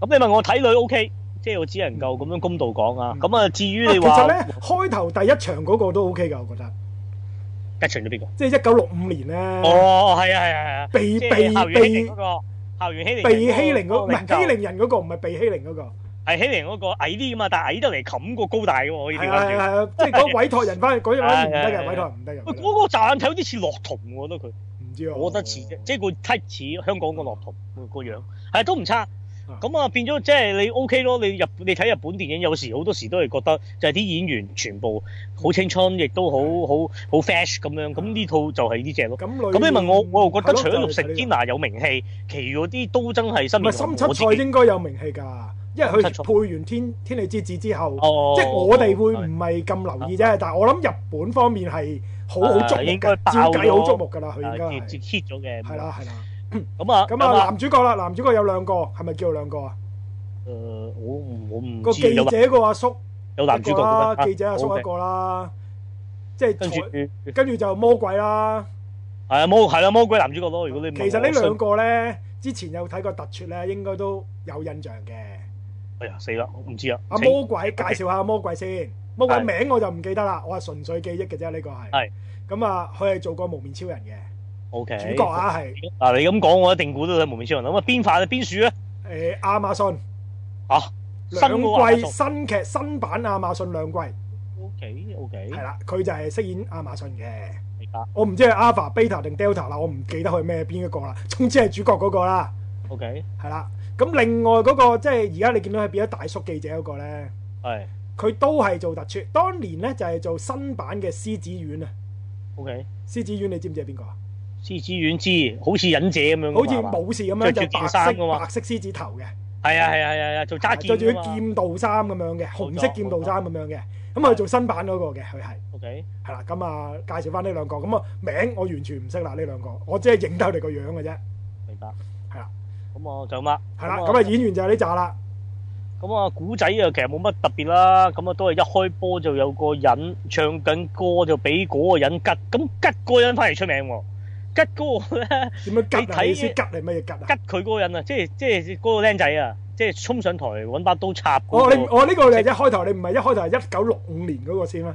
[SPEAKER 1] 咁你問我睇女 OK，即係我只能夠咁樣公道講啊。
[SPEAKER 2] 嗯
[SPEAKER 1] 咁啊，至於
[SPEAKER 2] 啊
[SPEAKER 1] 你
[SPEAKER 2] 其實
[SPEAKER 1] 話
[SPEAKER 2] 咧，開頭第一場嗰個都 OK 㗎，我覺得，
[SPEAKER 1] 一場咗邊個？
[SPEAKER 2] 即係一九六五年咧，
[SPEAKER 1] 哦，係啊係啊係啊，
[SPEAKER 2] 被
[SPEAKER 1] 即
[SPEAKER 2] 被
[SPEAKER 1] 係校園欺凌
[SPEAKER 2] 被
[SPEAKER 1] 嗰個，哦校園欺凌
[SPEAKER 2] 被欺凌嗰
[SPEAKER 1] 嗰
[SPEAKER 2] 唔
[SPEAKER 1] 個領
[SPEAKER 2] 係欺
[SPEAKER 1] 袖
[SPEAKER 2] 凌人嗰個，唔係被欺凌嗰個，
[SPEAKER 1] 係欺凌嗰個矮啲噶嘛，但係矮得嚟冚個高大嘅喎，可以
[SPEAKER 2] 係
[SPEAKER 1] 調
[SPEAKER 2] 啊
[SPEAKER 1] 翻
[SPEAKER 2] 係
[SPEAKER 1] 轉。
[SPEAKER 2] 啊係啊，即係嗰委託人翻去，嗰啲唔得
[SPEAKER 1] 係係
[SPEAKER 2] 嘅，
[SPEAKER 1] 係
[SPEAKER 2] 委託人唔得嘅，
[SPEAKER 1] 喂，
[SPEAKER 2] 我覺得
[SPEAKER 1] 嗰個乍眼睇好似似樂童喎，我覺得佢。
[SPEAKER 2] 唔知啊，
[SPEAKER 1] 我覺得似啫，即係個 type 似香港個樂童個樣，係都唔差
[SPEAKER 2] 啊。
[SPEAKER 1] 咁啊變咗即係你 OK 咯，你日你睇日本電影有時好多時都係覺得就係啲演員全部好青春，亦都好好好 fresh 咁樣。咁呢套就係呢只咯。
[SPEAKER 2] 嗯
[SPEAKER 1] 咁
[SPEAKER 2] 咁
[SPEAKER 1] 你問我，我又覺得除
[SPEAKER 2] 除
[SPEAKER 1] 咗六成堅拿有名氣，其餘嗰啲都真係新
[SPEAKER 2] 唔係
[SPEAKER 1] 面
[SPEAKER 2] 深
[SPEAKER 1] 孔。
[SPEAKER 2] 七
[SPEAKER 1] 我自
[SPEAKER 2] 菜
[SPEAKER 1] 己
[SPEAKER 2] 應該有名氣㗎，因
[SPEAKER 1] 深
[SPEAKER 2] 為
[SPEAKER 1] 七
[SPEAKER 2] 佢
[SPEAKER 1] 菜
[SPEAKER 2] 配完天天氣之子之後，
[SPEAKER 1] 哦
[SPEAKER 2] 即係我哋會唔係咁留意啫。但係我諗日本方面係好好矚
[SPEAKER 1] 啊
[SPEAKER 2] 目
[SPEAKER 1] 應該
[SPEAKER 2] 嘅，
[SPEAKER 1] 爆
[SPEAKER 2] 照
[SPEAKER 1] 咗
[SPEAKER 2] 計好矚目㗎啦，佢
[SPEAKER 1] 啊
[SPEAKER 2] 應該
[SPEAKER 1] 接接
[SPEAKER 2] 係
[SPEAKER 1] hit 咗嘅。
[SPEAKER 2] 係啦係啦。
[SPEAKER 1] 咁啊
[SPEAKER 2] 咁啊，，男主角啦，男主角有兩個，係咪叫兩個啊？
[SPEAKER 1] 誒呃我唔我唔
[SPEAKER 2] 個
[SPEAKER 1] 知
[SPEAKER 2] 記
[SPEAKER 1] 有男
[SPEAKER 2] 者個阿叔
[SPEAKER 1] 有男
[SPEAKER 2] 一
[SPEAKER 1] 主角
[SPEAKER 2] 個啦，
[SPEAKER 1] 㗎
[SPEAKER 2] 記者阿叔一，
[SPEAKER 1] 啊
[SPEAKER 2] 個啦，即係
[SPEAKER 1] 跟住
[SPEAKER 2] 財跟住就魔鬼啦。
[SPEAKER 1] 係啊魔係啦魔鬼男主角咯。如果你問
[SPEAKER 2] 其實呢
[SPEAKER 1] 我
[SPEAKER 2] 兩個咧，之前有睇過突撮咧，應該都有印象嘅。
[SPEAKER 1] 哎呀死啦，我唔知啊。
[SPEAKER 2] 阿
[SPEAKER 1] 請
[SPEAKER 2] 魔鬼介紹下魔鬼先，魔鬼名我就唔記得啦，我係純粹記憶嘅啫，呢個係。
[SPEAKER 1] 係。
[SPEAKER 2] 咁啊，佢係做過無面超人嘅
[SPEAKER 1] O K，
[SPEAKER 2] 主角！啊，係
[SPEAKER 1] 嗱，你咁講，我一定估到佢無面超人啦。咁啊，邊塊咧？邊樹咧？
[SPEAKER 2] 誒亞馬遜
[SPEAKER 1] 啊，新
[SPEAKER 2] 兩
[SPEAKER 1] 嗰
[SPEAKER 2] 季
[SPEAKER 1] 個
[SPEAKER 2] 新劇新版亞馬遜兩季，
[SPEAKER 1] O K O K，
[SPEAKER 2] 係啦，佢就係飾演亞馬遜嘅。
[SPEAKER 1] 明白。
[SPEAKER 2] 我唔知係 Alpha、Beta 定 Delta 啦，我唔記得佢咩邊一個啦。 總之係主角嗰個啦，
[SPEAKER 1] O K，
[SPEAKER 2] 係啦。咁另外嗰個即係而家你見到佢變咗大叔記者嗰個咧，
[SPEAKER 1] 係
[SPEAKER 2] 佢都係做特撮。當年咧就係做新版嘅獅子丸啊，
[SPEAKER 1] O K。
[SPEAKER 2] 獅子丸你知唔知係邊個啊？
[SPEAKER 1] 獅子丸之好似忍者咁樣㗎嘛，
[SPEAKER 2] 好似
[SPEAKER 1] 係嘛
[SPEAKER 2] 武士咁樣，
[SPEAKER 1] 着
[SPEAKER 2] 就
[SPEAKER 1] 住件
[SPEAKER 2] 白色
[SPEAKER 1] 衫㗎嘛
[SPEAKER 2] 白色獅子頭嘅，
[SPEAKER 1] 係啊係啊係啊，做揸
[SPEAKER 2] 着
[SPEAKER 1] 劍
[SPEAKER 2] 住
[SPEAKER 1] 㗎
[SPEAKER 2] 佢
[SPEAKER 1] 嘛。
[SPEAKER 2] 劍道衫咁樣嘅，紅色劍道衫咁樣嘅。咁佢做新版嗰個嘅，佢係
[SPEAKER 1] O K，
[SPEAKER 2] 係啦。咁啊，介紹翻呢兩個。咁啊，名我完全唔識啦，呢兩個，我只係認得佢哋個樣嘅啫。
[SPEAKER 1] 明白。
[SPEAKER 2] 係啦。
[SPEAKER 1] 咁啊，就咁啦。
[SPEAKER 2] 係啦，咁啊，演員就係呢扎啦。
[SPEAKER 1] 咁啊，古仔啊，其實冇乜特別啦。咁啊，都係一開波就有個人唱緊歌，就俾嗰個人吉。咁吉嗰個人反而出名喎。吉嗰個咧。
[SPEAKER 2] 點樣吉啊？
[SPEAKER 1] 你睇
[SPEAKER 2] 你意思吉係乜嘢吉啊？
[SPEAKER 1] 吉佢嗰個人啊，即係即係嗰個僆仔啊，即係衝上台揾把刀插嗰、個
[SPEAKER 2] 我哦你我呢個你一開頭你唔係一開頭係一九六五年嗰個先咩？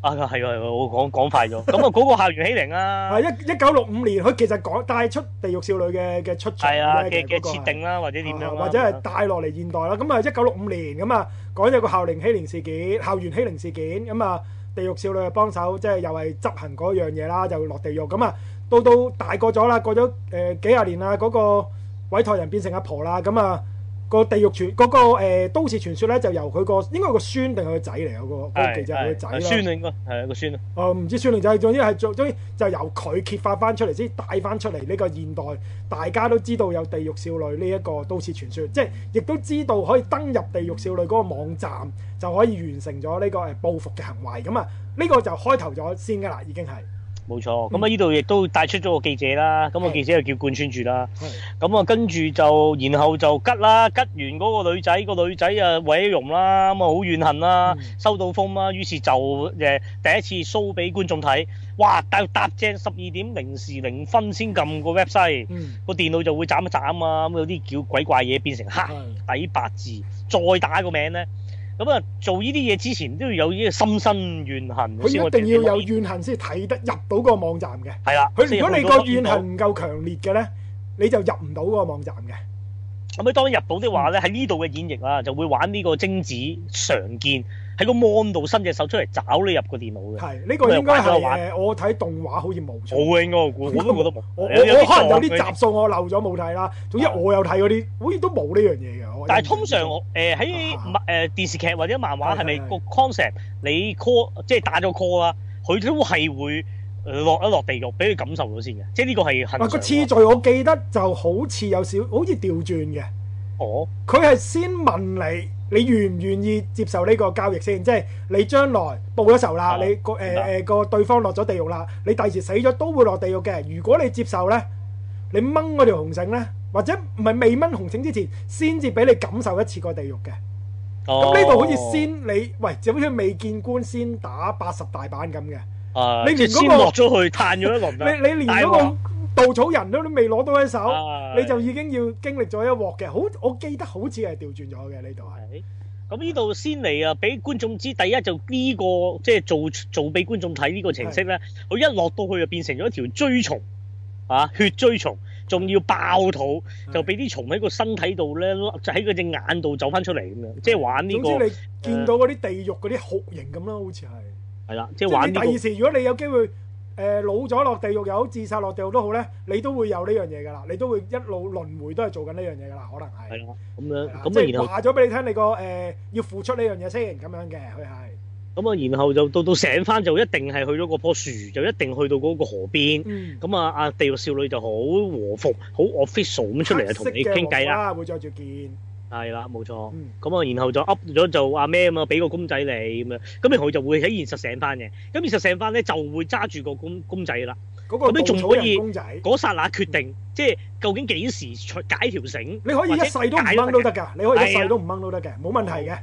[SPEAKER 1] 啊，係啊係啊，我講講快咗。咁啊，嗰個校園欺凌啊，
[SPEAKER 2] 係一一九六五年，佢其實講帶出地獄少女嘅嘅出場
[SPEAKER 1] 係啊
[SPEAKER 2] 啫
[SPEAKER 1] 嘅嘅
[SPEAKER 2] 其實嗰個係
[SPEAKER 1] 設定啦，或者點樣啊啦
[SPEAKER 2] 啊或者係帶落嚟現代啦。咁啊，一九六五年咁啊，講咗個校齡欺凌事件、校園欺凌事件，咁啊，地獄少女就幫手，即係又係執行嗰樣嘢啦，就落地獄。咁啊，到到大個咗啦，過咗誒、呃、幾廿年啦，嗰、個委託人變成阿婆啦，咁啊。個地獄傳嗰、個、呃、都市傳說咧，就由佢個應該係個孫定係個仔嚟，有個嗰個記者係佢
[SPEAKER 1] 係
[SPEAKER 2] 個仔
[SPEAKER 1] 係
[SPEAKER 2] 啦。
[SPEAKER 1] 孫啊，應該係個孫啊，
[SPEAKER 2] 我哦唔知孫定仔，總之係總之就由佢揭發翻出嚟，先帶翻出嚟呢個現代，大家都知道有地獄少女呢一個都市傳說，即係亦都知道可以登入地獄少女嗰個網站就可以完成咗呢個誒報復嘅行為。咁啊，呢個就開頭咗先
[SPEAKER 1] 啊
[SPEAKER 2] 㗎啦，已經係
[SPEAKER 1] 冇錯。
[SPEAKER 2] 嗯
[SPEAKER 1] 咁啊，呢度亦都帶出咗個記者啦。咁個記者就叫貫穿住啦。
[SPEAKER 2] 係
[SPEAKER 1] 咁啊，跟住就然後就吉啦，吉完嗰個女仔，個女仔啊毀容啦，咁啊好怨恨啦，
[SPEAKER 2] 嗯
[SPEAKER 1] 收到風啦，於是就誒第一次 show 俾觀眾睇，哇！但搭正十二點零時零分先撳個 website，
[SPEAKER 2] 嗯
[SPEAKER 1] 個電腦就會
[SPEAKER 2] 嗯
[SPEAKER 1] 斬一斬啊，咁有啲叫鬼怪嘢變成黑
[SPEAKER 2] 係
[SPEAKER 1] 底白字，再打個名咧，咁啊，做呢啲嘢之前都要有呢個心生怨恨，
[SPEAKER 2] 佢
[SPEAKER 1] 先可
[SPEAKER 2] 一
[SPEAKER 1] 以
[SPEAKER 2] 定要有
[SPEAKER 1] 係
[SPEAKER 2] 怨恨先睇得入到個網站嘅。
[SPEAKER 1] 啦。
[SPEAKER 2] 佢如果
[SPEAKER 1] 先
[SPEAKER 2] 你
[SPEAKER 1] 可以
[SPEAKER 2] 個怨恨唔夠強烈嘅咧，你就入唔到個網站嘅。
[SPEAKER 1] 咁佢當然入到的話咧，喺呢度嘅演繹啊，就會玩呢個精子常見喺個 mon 度伸隻手出嚟找你入個電腦嘅。
[SPEAKER 2] 係呢、個應該
[SPEAKER 1] 咁咪玩咗
[SPEAKER 2] 係
[SPEAKER 1] 玩
[SPEAKER 2] 誒，我睇動畫好似冇出。
[SPEAKER 1] 冇嘅應該我估，我都覺得冇。
[SPEAKER 2] 我我我可
[SPEAKER 1] 哎有有
[SPEAKER 2] 能有
[SPEAKER 1] 撞啊
[SPEAKER 2] 啲
[SPEAKER 1] 嘅
[SPEAKER 2] 集數我漏咗冇睇啦，總之我有睇嗰啲，好似都冇呢樣嘢嘅。我
[SPEAKER 1] 但係
[SPEAKER 2] 印象
[SPEAKER 1] 通常
[SPEAKER 2] 中
[SPEAKER 1] 我誒喺
[SPEAKER 2] 啊
[SPEAKER 1] 誒電視劇或者漫畫
[SPEAKER 2] 係
[SPEAKER 1] 係咪
[SPEAKER 2] 係
[SPEAKER 1] 個 concept 你 call 即係打咗 call 啦，佢都係會呃落一落地獄，俾佢感受到先嘅。即係呢個係
[SPEAKER 2] 啊
[SPEAKER 1] 恨
[SPEAKER 2] 個次序我記得就好似有少，好似調轉嘅。
[SPEAKER 1] 哦，
[SPEAKER 2] 佢係先問你，你願唔願意接受呢個交易先？即係你將來報咗仇啦，
[SPEAKER 1] 啊
[SPEAKER 2] 你個誒
[SPEAKER 1] 明白
[SPEAKER 2] 誒個對方落咗地獄啦，你第時死咗都會落地獄嘅。如果你接受呢，你掹嗰條紅繩呢，或者唔係未掹紅繩之前，先至俾你感受一次個地獄嘅。咁
[SPEAKER 1] 咁
[SPEAKER 2] 呢度好似先你，喂，就好似未見官先打八十大板咁嘅。
[SPEAKER 1] 誒，
[SPEAKER 2] 你
[SPEAKER 1] 你連
[SPEAKER 2] 連嗰
[SPEAKER 1] 哦
[SPEAKER 2] 個
[SPEAKER 1] 啊先落咗去嘆咗一輪
[SPEAKER 2] 你
[SPEAKER 1] 啦。
[SPEAKER 2] 你連
[SPEAKER 1] 大
[SPEAKER 2] 嗰
[SPEAKER 1] 鑊
[SPEAKER 2] 個稻草人都未攞到一手，
[SPEAKER 1] 啊
[SPEAKER 2] 你就已經要經歷咗一鑊嘅。好，我記得好似係調轉咗嘅呢度係。
[SPEAKER 1] 係咁呢度先嚟啊，俾觀眾知。第一就呢、個即係做做俾觀眾睇呢個程式咧，佢一落到去就變成咗一條追蟲啊，血追蟲，仲要爆肚，就俾啲蟲喺個身體度咧，就喺佢隻眼度走翻出嚟咁樣，即係玩呢、呃個
[SPEAKER 2] 總之你見到嗰啲地獄嗰啲酷刑咁啦，好似係。
[SPEAKER 1] 係啦，即
[SPEAKER 2] 即
[SPEAKER 1] 係
[SPEAKER 2] 係
[SPEAKER 1] 玩
[SPEAKER 2] 你
[SPEAKER 1] 呢、
[SPEAKER 2] 第
[SPEAKER 1] 個
[SPEAKER 2] 二時，如果你有機會誒、呃老咗落地獄又好，自殺落地獄都好咧，你都會有呢樣嘢㗎啦，你都會一路輪迴都係做緊呢樣嘢㗎啦，可能係。
[SPEAKER 1] 係啦，咁樣
[SPEAKER 2] 係啦即
[SPEAKER 1] 咁啊，
[SPEAKER 2] 係
[SPEAKER 1] 然後
[SPEAKER 2] 話咗俾你聽，你個誒、呃要付出呢樣嘢先咁樣嘅，佢係。
[SPEAKER 1] 咁啊，然後就到到醒翻就一定係去咗嗰棵樹，就一定去到嗰個河邊。
[SPEAKER 2] 嗯。
[SPEAKER 1] 咁啊，阿地獄少女就好和服，好 official 咁出嚟啊，同你傾偈啦。
[SPEAKER 2] 啦，會着住件。
[SPEAKER 1] 係啦，冇錯。
[SPEAKER 2] 嗯。
[SPEAKER 1] 咁啊，然後就 up 咗就阿咩咁啊，俾個公仔你咁樣，咁然後佢就會喺現實醒翻嘅。咁現實醒翻咧，就會揸住個公公仔啦。
[SPEAKER 2] 嗰、個
[SPEAKER 1] 咁你
[SPEAKER 2] 稻
[SPEAKER 1] 仲
[SPEAKER 2] 草
[SPEAKER 1] 可以
[SPEAKER 2] 人公仔，
[SPEAKER 1] 嗰剎那決定，即係究竟幾時解條繩？
[SPEAKER 2] 你可以一世都唔掹都得㗎，你可以
[SPEAKER 1] 啊
[SPEAKER 2] 一世都唔掹都得嘅，冇問題
[SPEAKER 1] 哦
[SPEAKER 2] 嘅。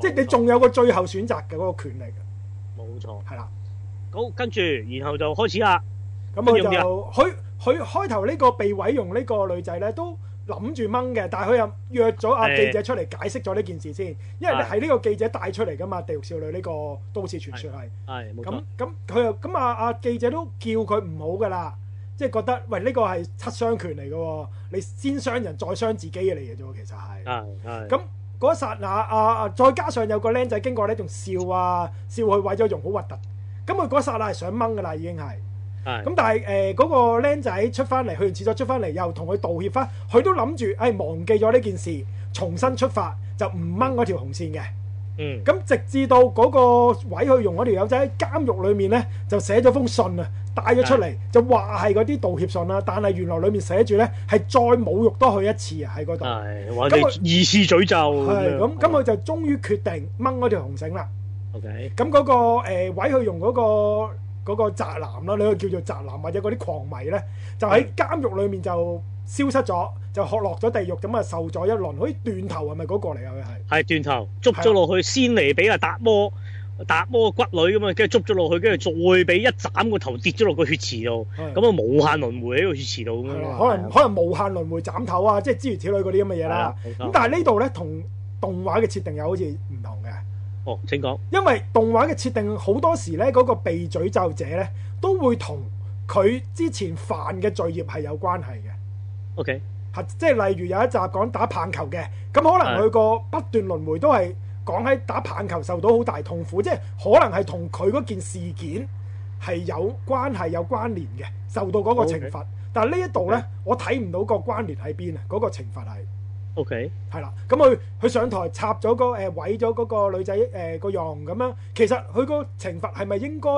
[SPEAKER 2] 即係你仲有個最後選擇嘅嗰個權利嘅，
[SPEAKER 1] 冇錯。
[SPEAKER 2] 係啦。
[SPEAKER 1] 好，跟住然後就開始啦。
[SPEAKER 2] 咁佢就
[SPEAKER 1] 跟住
[SPEAKER 2] 佢佢開頭呢個被毀容呢個女仔咧都諗住掹嘅，但係佢又約咗阿
[SPEAKER 1] 係
[SPEAKER 2] 記者出嚟解釋咗呢件事先，因為
[SPEAKER 1] 係
[SPEAKER 2] 係呢個記者帶出嚟噶嘛，《地獄少女》呢個都市傳說係。
[SPEAKER 1] 係冇
[SPEAKER 2] 咁
[SPEAKER 1] 錯。
[SPEAKER 2] 咁佢又咁啊啊記者都叫佢唔好噶啦，即係覺得喂呢個係七傷拳嚟嘅喎，你先傷人再傷自己嘅嚟嘅啫喎，其實係。
[SPEAKER 1] 係係。
[SPEAKER 2] 咁嗰一剎那啊啊，再加上有個僆仔經過咧，仲笑啊笑佢毀咗容好核突，咁佢嗰一剎那係想掹噶啦，已經係。
[SPEAKER 1] 係。
[SPEAKER 2] 咁但係誒嗰個僆仔出翻嚟，去完廁所出翻嚟，又同佢道歉翻，佢都諗住誒忘記咗呢件事，重新出發就唔掹嗰條紅線嘅。
[SPEAKER 1] 嗯。
[SPEAKER 2] 咁直至到嗰個位去用嗰條友仔喺監獄裏面呢，就寫咗封信啊，帶咗出嚟就話係嗰啲道歉信啦，但係原來裡面寫住呢，係再侮辱多佢一次啊喺嗰度。
[SPEAKER 1] 係。我哋二次詛咒。
[SPEAKER 2] 係咁，咁佢就終於決定掹嗰條紅繩啦。
[SPEAKER 1] O K。
[SPEAKER 2] 咁嗰、個誒位去用嗰、個嗰、個宅男啦，你可以叫做宅男或者嗰啲狂迷咧，就喺監獄裏面就消失咗，就學落咗地獄咁啊，受咗一輪，好似斷頭係咪嗰個嚟啊？佢係
[SPEAKER 1] 係斷頭捉咗落去，先嚟俾阿達摩達摩骨女咁啊，跟住捉咗落去，跟住再俾一斬個頭跌咗落個血池度，
[SPEAKER 2] 係
[SPEAKER 1] 咁啊無限輪迴喺個血池度咁
[SPEAKER 2] 係啦
[SPEAKER 1] 樣。
[SPEAKER 2] 可能可能無限輪迴斬頭啊，即係諸如此類嗰啲咁嘅嘢啦。
[SPEAKER 1] 係啊
[SPEAKER 2] 咁但係呢度咧同動畫嘅設定又好似唔同嘅。
[SPEAKER 1] 哦，請講。
[SPEAKER 2] 因為動畫嘅設定好多時咧，嗰、個被詛咒者咧都會同佢之前犯嘅罪孽係有關係嘅。
[SPEAKER 1] O K，
[SPEAKER 2] 係啊即係例如有一集講打棒球嘅，咁可能佢個不斷輪迴都係講喺打棒球受到好大痛苦，即係可能係同佢嗰件事件係有關係、有關聯嘅，受到嗰個懲罰。但係呢一度呢，我睇唔到個關聯喺邊啊，嗰、個懲罰係。
[SPEAKER 1] O K，
[SPEAKER 2] 係啦，咁佢佢上台插咗個誒毀咗嗰個女仔誒個容咁樣，其實佢個懲罰係咪應該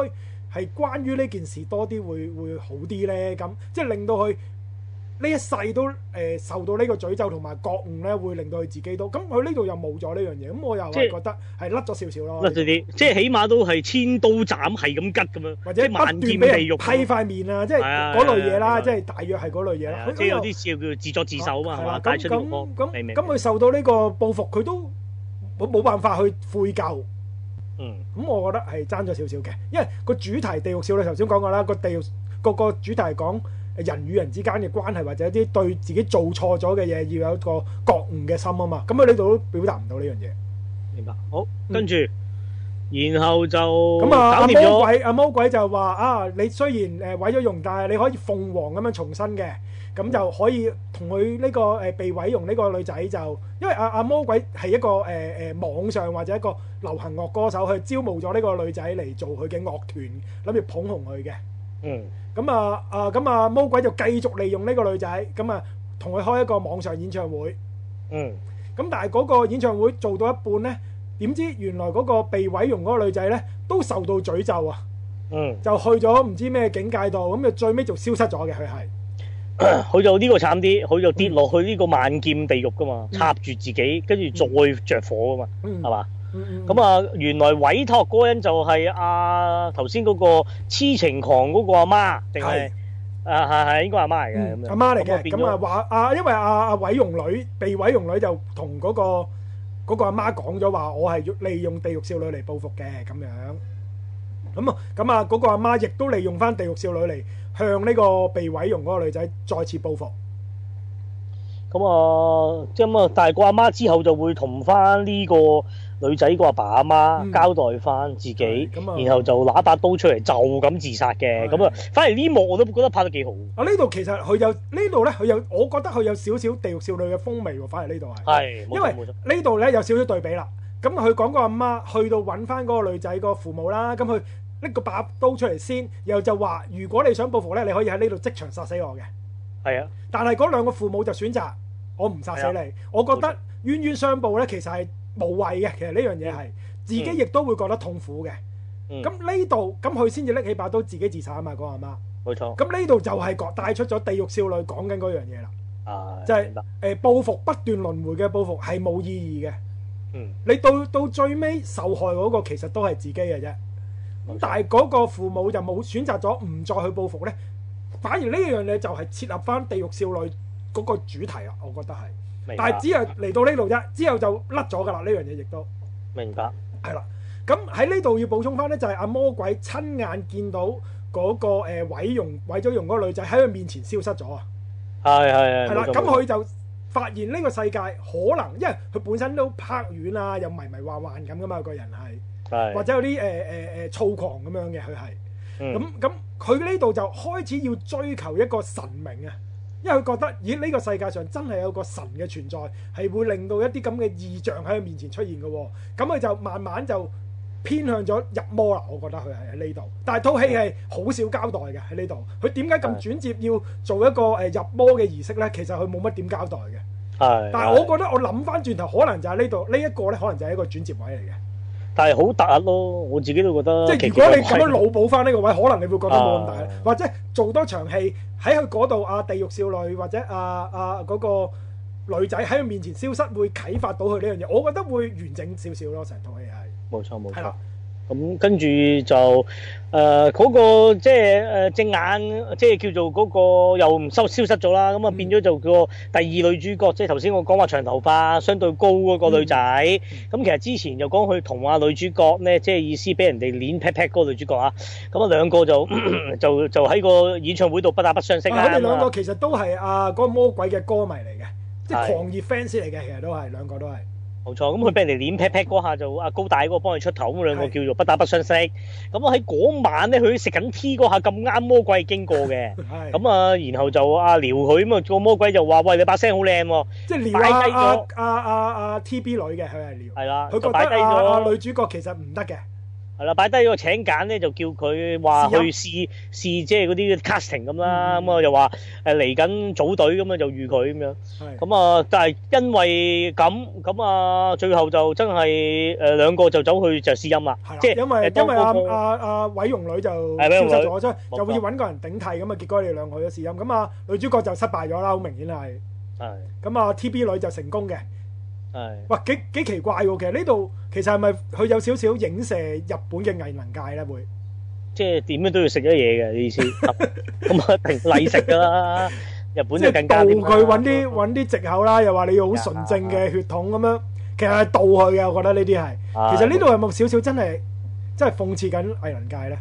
[SPEAKER 2] 係關於呢件事多啲會會好啲呢？咁即係令到佢呢一世都誒、呃受到呢個詛咒同埋覺悟呢，會令到佢自己都咁佢呢度又冇咗呢樣嘢，咁我又
[SPEAKER 1] 即
[SPEAKER 2] 係
[SPEAKER 1] 係
[SPEAKER 2] 覺得係甩咗少少
[SPEAKER 1] 嗱
[SPEAKER 2] 咯，
[SPEAKER 1] 呢啲即係起碼都係千刀斬，係咁吉咁樣，
[SPEAKER 2] 或
[SPEAKER 1] 即
[SPEAKER 2] 者
[SPEAKER 1] 係
[SPEAKER 2] 不斷
[SPEAKER 1] 萬
[SPEAKER 2] 俾
[SPEAKER 1] 劍
[SPEAKER 2] 人
[SPEAKER 1] 地
[SPEAKER 2] 批
[SPEAKER 1] 獄咁樣。
[SPEAKER 2] 塊面啊，即係
[SPEAKER 1] 係啊
[SPEAKER 2] 嗰類嘢啦，
[SPEAKER 1] 係啊
[SPEAKER 2] 即係大約係嗰類嘢
[SPEAKER 1] 係
[SPEAKER 2] 啦
[SPEAKER 1] 啊。
[SPEAKER 2] 佢
[SPEAKER 1] 即係有
[SPEAKER 2] 佢又
[SPEAKER 1] 啲叫叫自作自受啊嘛，係
[SPEAKER 2] 哦係啦，
[SPEAKER 1] 嘛？
[SPEAKER 2] 咁
[SPEAKER 1] 帶出呢個
[SPEAKER 2] 咁
[SPEAKER 1] 光
[SPEAKER 2] 咁
[SPEAKER 1] 明明
[SPEAKER 2] 咁佢受到呢個報復，佢都冇冇辦法去悔疚。
[SPEAKER 1] 嗯
[SPEAKER 2] 咁我覺得係爭咗少少嘅，因為個主題《地獄少女》頭先講過啦，個地獄個個主題係講人與人之間嘅關係，或者一啲對自己做錯咗嘅嘢要有一個覺悟嘅心啊嘛。咁佢呢度都表達唔到呢樣嘢，
[SPEAKER 1] 明白。好，跟住，然後就
[SPEAKER 2] 咁啊，
[SPEAKER 1] 搞
[SPEAKER 2] 阿
[SPEAKER 1] 哦掂
[SPEAKER 2] 魔
[SPEAKER 1] 咗。
[SPEAKER 2] 鬼阿魔鬼就話啊，你雖然誒毀咗容，但係你可以鳳凰咁樣重生嘅，
[SPEAKER 1] 嗯
[SPEAKER 2] 咁就可以同佢呢個誒被毀容呢個女仔就，因為阿阿魔鬼係一個誒誒、網上或者一個流行樂歌手，去招募咗呢個女仔嚟做佢嘅樂團，諗住捧紅佢嘅。
[SPEAKER 1] 嗯，
[SPEAKER 2] 咁啊啊咁啊，魔鬼就繼續利用呢個女仔，咁啊同佢開一個網上演唱會。
[SPEAKER 1] 嗯，
[SPEAKER 2] 咁但係嗰個演唱會做到一半呢，點知原來嗰個被毀容嗰個女仔呢，都受到詛咒啊！
[SPEAKER 1] 嗯，
[SPEAKER 2] 就去咗唔知咩境界度，咁就最尾就消失咗嘅佢係。
[SPEAKER 1] 佢就呢個慘啲，佢就跌落去呢個萬劍地獄噶嘛，插住自己，跟住再着火噶嘛，
[SPEAKER 2] 嗯，
[SPEAKER 1] 係嘛？
[SPEAKER 2] 嗯？
[SPEAKER 1] 咁啊，原來委託嗰個人就係阿頭先嗰個痴情狂嗰個阿媽，定係
[SPEAKER 2] 係
[SPEAKER 1] 啊係係應該阿媽嚟嘅
[SPEAKER 2] 嗯，
[SPEAKER 1] 咁樣。
[SPEAKER 2] 阿媽嚟
[SPEAKER 1] 咁
[SPEAKER 2] 嘅，
[SPEAKER 1] 變
[SPEAKER 2] 咁啊
[SPEAKER 1] 咗
[SPEAKER 2] 話啊，因為阿阿毀容女被毀容女就同嗰個嗰個阿媽講咗話，我係要利用地獄少女嚟報復嘅咁樣。咁啊，咁啊，嗰個阿媽亦都利用翻地獄少女嚟向呢個被毀容嗰個女仔再次報復。
[SPEAKER 1] 咁啊，即係咁啊，但係個阿媽之後就會同翻呢個女仔個阿爸阿媽
[SPEAKER 2] 嗯
[SPEAKER 1] 交代翻自己
[SPEAKER 2] 係，咁啊
[SPEAKER 1] 然後就拿把刀出嚟就咁自殺嘅。
[SPEAKER 2] 係
[SPEAKER 1] 咁啊，反而呢幕我都覺得拍得幾好。
[SPEAKER 2] 啊，呢度其實佢有呢度咧，佢有，我覺得佢有少少地獄少女嘅風味喎，反而呢度係。
[SPEAKER 1] 係，冇
[SPEAKER 2] 因
[SPEAKER 1] 錯冇錯。
[SPEAKER 2] 為呢度咧有少少對比啦。咁佢講個阿媽去到揾翻嗰個女仔個父母啦，咁佢拎個把刀出嚟先，又就話如果你想報復咧，你可以喺呢度即場殺死我嘅。
[SPEAKER 1] 係啊，
[SPEAKER 2] 但係嗰兩個父母就選擇我唔殺死你。我覺得冤冤相報咧，其實係無謂嘅。其實呢樣嘢係自己亦都會覺得痛苦嘅。
[SPEAKER 1] 嗯
[SPEAKER 2] 咁呢度咁佢先至拎起把刀自己自殺啊嘛，嗰個阿媽。
[SPEAKER 1] 冇錯。
[SPEAKER 2] 咁呢度就係講帶出咗地獄少女講緊嗰樣嘢啦。
[SPEAKER 1] 啊，
[SPEAKER 2] 就係
[SPEAKER 1] 明白
[SPEAKER 2] 誒、報復不斷輪迴嘅報復係冇意義嘅。
[SPEAKER 1] 嗯，
[SPEAKER 2] 你到到最尾受害嗰個其實都係自己嘅啫。
[SPEAKER 1] 冇
[SPEAKER 2] 但
[SPEAKER 1] 錯。
[SPEAKER 2] 係嗰個父母就冇選擇咗唔再去報復呢，反而呢樣嘢就係設立翻地獄少女嗰個主題啦。我覺得係，
[SPEAKER 1] 明
[SPEAKER 2] 但
[SPEAKER 1] 白
[SPEAKER 2] 係只係嚟到呢度啫，之後就甩咗㗎啦。呢樣嘢亦都
[SPEAKER 1] 明白。
[SPEAKER 2] 係啦。咁喺呢度要補充翻呢，就係、阿魔鬼親眼見到嗰、個誒毀容毀咗容嗰個女仔喺佢面前消失咗啊！
[SPEAKER 1] 係係係。冇錯
[SPEAKER 2] 係啦，咁
[SPEAKER 1] 冇錯
[SPEAKER 2] 佢就發現呢個世界可能，因為佢本身都拍遠啊，又迷迷幻幻咁噶嘛，個人係，或
[SPEAKER 1] 係
[SPEAKER 2] 者有啲誒誒誒躁狂咁樣嘅，佢係。
[SPEAKER 1] 嗯
[SPEAKER 2] 咁咁佢呢度就開始要追求一個神明啊，因為佢覺得，咦呢、個世界上真係有個神嘅存在，係會令到一啲咁嘅異象喺佢面前出現嘅喎、咁佢就慢慢就偏向咗入魔啦，我覺得佢係喺呢度。但係套戲係好少交代嘅喺呢度，佢點解咁轉接要做一個誒、呃入魔嘅儀式呢？其實佢冇乜點交代嘅。
[SPEAKER 1] 係。
[SPEAKER 2] 但係我覺得我諗翻轉頭，可能就係呢度呢一個呢，可能就係一個轉接位嚟嘅。
[SPEAKER 1] 但係好突兀咯，我自己都覺得
[SPEAKER 2] 即
[SPEAKER 1] 奇
[SPEAKER 2] 係如
[SPEAKER 1] 奇怪怪。
[SPEAKER 2] 果你咁樣腦補翻呢個位，可能你會覺得冇咁大
[SPEAKER 1] 啊，
[SPEAKER 2] 或者做多場戲喺佢嗰度啊，地獄少女或者啊啊嗰個女仔喺佢面前消失，會啟發到佢呢樣嘢。我覺得會完整少少咯，成套戲係
[SPEAKER 1] 冇錯冇
[SPEAKER 2] 係
[SPEAKER 1] 錯
[SPEAKER 2] 啦。，
[SPEAKER 1] 咁跟住就誒嗰、個即係誒隻眼，即係叫做嗰、個又唔收消失咗啦。咁啊
[SPEAKER 2] 嗯
[SPEAKER 1] 變咗就個第二女主角，即係頭先我講話長頭髮、相對高嗰個女仔。咁、
[SPEAKER 2] 嗯
[SPEAKER 1] 其實之前就講佢同啊女主角咧，即係意思俾人哋攣 pat pat 嗰個女主角啊。咁啊兩個就 就就喺個演唱會度不打不相識
[SPEAKER 2] 啊佢
[SPEAKER 1] 啦。
[SPEAKER 2] 哋
[SPEAKER 1] 咁
[SPEAKER 2] 兩個
[SPEAKER 1] 啊
[SPEAKER 2] 其實都係啊嗰個魔鬼嘅歌迷嚟嘅，即係
[SPEAKER 1] 係
[SPEAKER 2] 狂熱 fans 嚟嘅，其實都係兩個都係。
[SPEAKER 1] 冇錯，咁佢俾人哋攣 pat pat 嗰下就阿高大嗰個幫佢出頭，咁兩個
[SPEAKER 2] 係
[SPEAKER 1] 叫做不打不相識。咁啊喺嗰晚咧，佢食緊 tea 嗰下咁啱魔鬼經過嘅。
[SPEAKER 2] 係
[SPEAKER 1] 咁啊，然後就啊撩佢咁啊，個魔鬼就話：喂，你把聲好靚喎，
[SPEAKER 2] 即係
[SPEAKER 1] 擺
[SPEAKER 2] 撩
[SPEAKER 1] 低
[SPEAKER 2] 啊
[SPEAKER 1] 咗
[SPEAKER 2] 啊啊啊啊 TB 女嘅，佢係撩，
[SPEAKER 1] 係啦，就
[SPEAKER 2] 佢覺
[SPEAKER 1] 擺低
[SPEAKER 2] 得啊啊女
[SPEAKER 1] 咗，
[SPEAKER 2] 主角其實唔得嘅，
[SPEAKER 1] 係啦，擺低咗個請柬咧，就叫佢話去
[SPEAKER 2] 試音
[SPEAKER 1] 試試即係嗰啲 casting 咁啦，
[SPEAKER 2] 嗯
[SPEAKER 1] 咁啊又話誒嚟緊組隊咁啊，就預佢咁樣，
[SPEAKER 2] 係
[SPEAKER 1] 咁啊，但係因為咁咁啊，最後就真係誒兩個就走去就試音啦
[SPEAKER 2] 係啦，，
[SPEAKER 1] 即係
[SPEAKER 2] 因為
[SPEAKER 1] 誒
[SPEAKER 2] 因為阿
[SPEAKER 1] 當嗰個
[SPEAKER 2] 阿阿毀容女就
[SPEAKER 1] 係
[SPEAKER 2] 消
[SPEAKER 1] 毀容女
[SPEAKER 2] 失咗，所以
[SPEAKER 1] 冇錯
[SPEAKER 2] 就會要揾個人頂替咁啊。結果你哋兩個去咗試音，咁啊女主角就失敗咗啦，好明顯係。
[SPEAKER 1] 係
[SPEAKER 2] 咁啊 T.B 女就成功嘅，
[SPEAKER 1] 係。
[SPEAKER 2] 哇幾幾奇怪喎！其實呢度其實係咪佢有少少影射日本嘅藝能界咧？會
[SPEAKER 1] 即係點樣都要食咗嘢嘅你意思，咁啊定例食㗎啦。日本
[SPEAKER 2] 即
[SPEAKER 1] 就
[SPEAKER 2] 係
[SPEAKER 1] 更
[SPEAKER 2] 導
[SPEAKER 1] 加點啊嗯啦
[SPEAKER 2] 佢揾啲揾啲藉口啦，又話你要好純正
[SPEAKER 1] 啊
[SPEAKER 2] 嘅血統咁樣，其實係導佢嘅。我覺得呢啲係，
[SPEAKER 1] 係
[SPEAKER 2] 其實呢度有冇少少真係真係諷刺緊藝能界咧？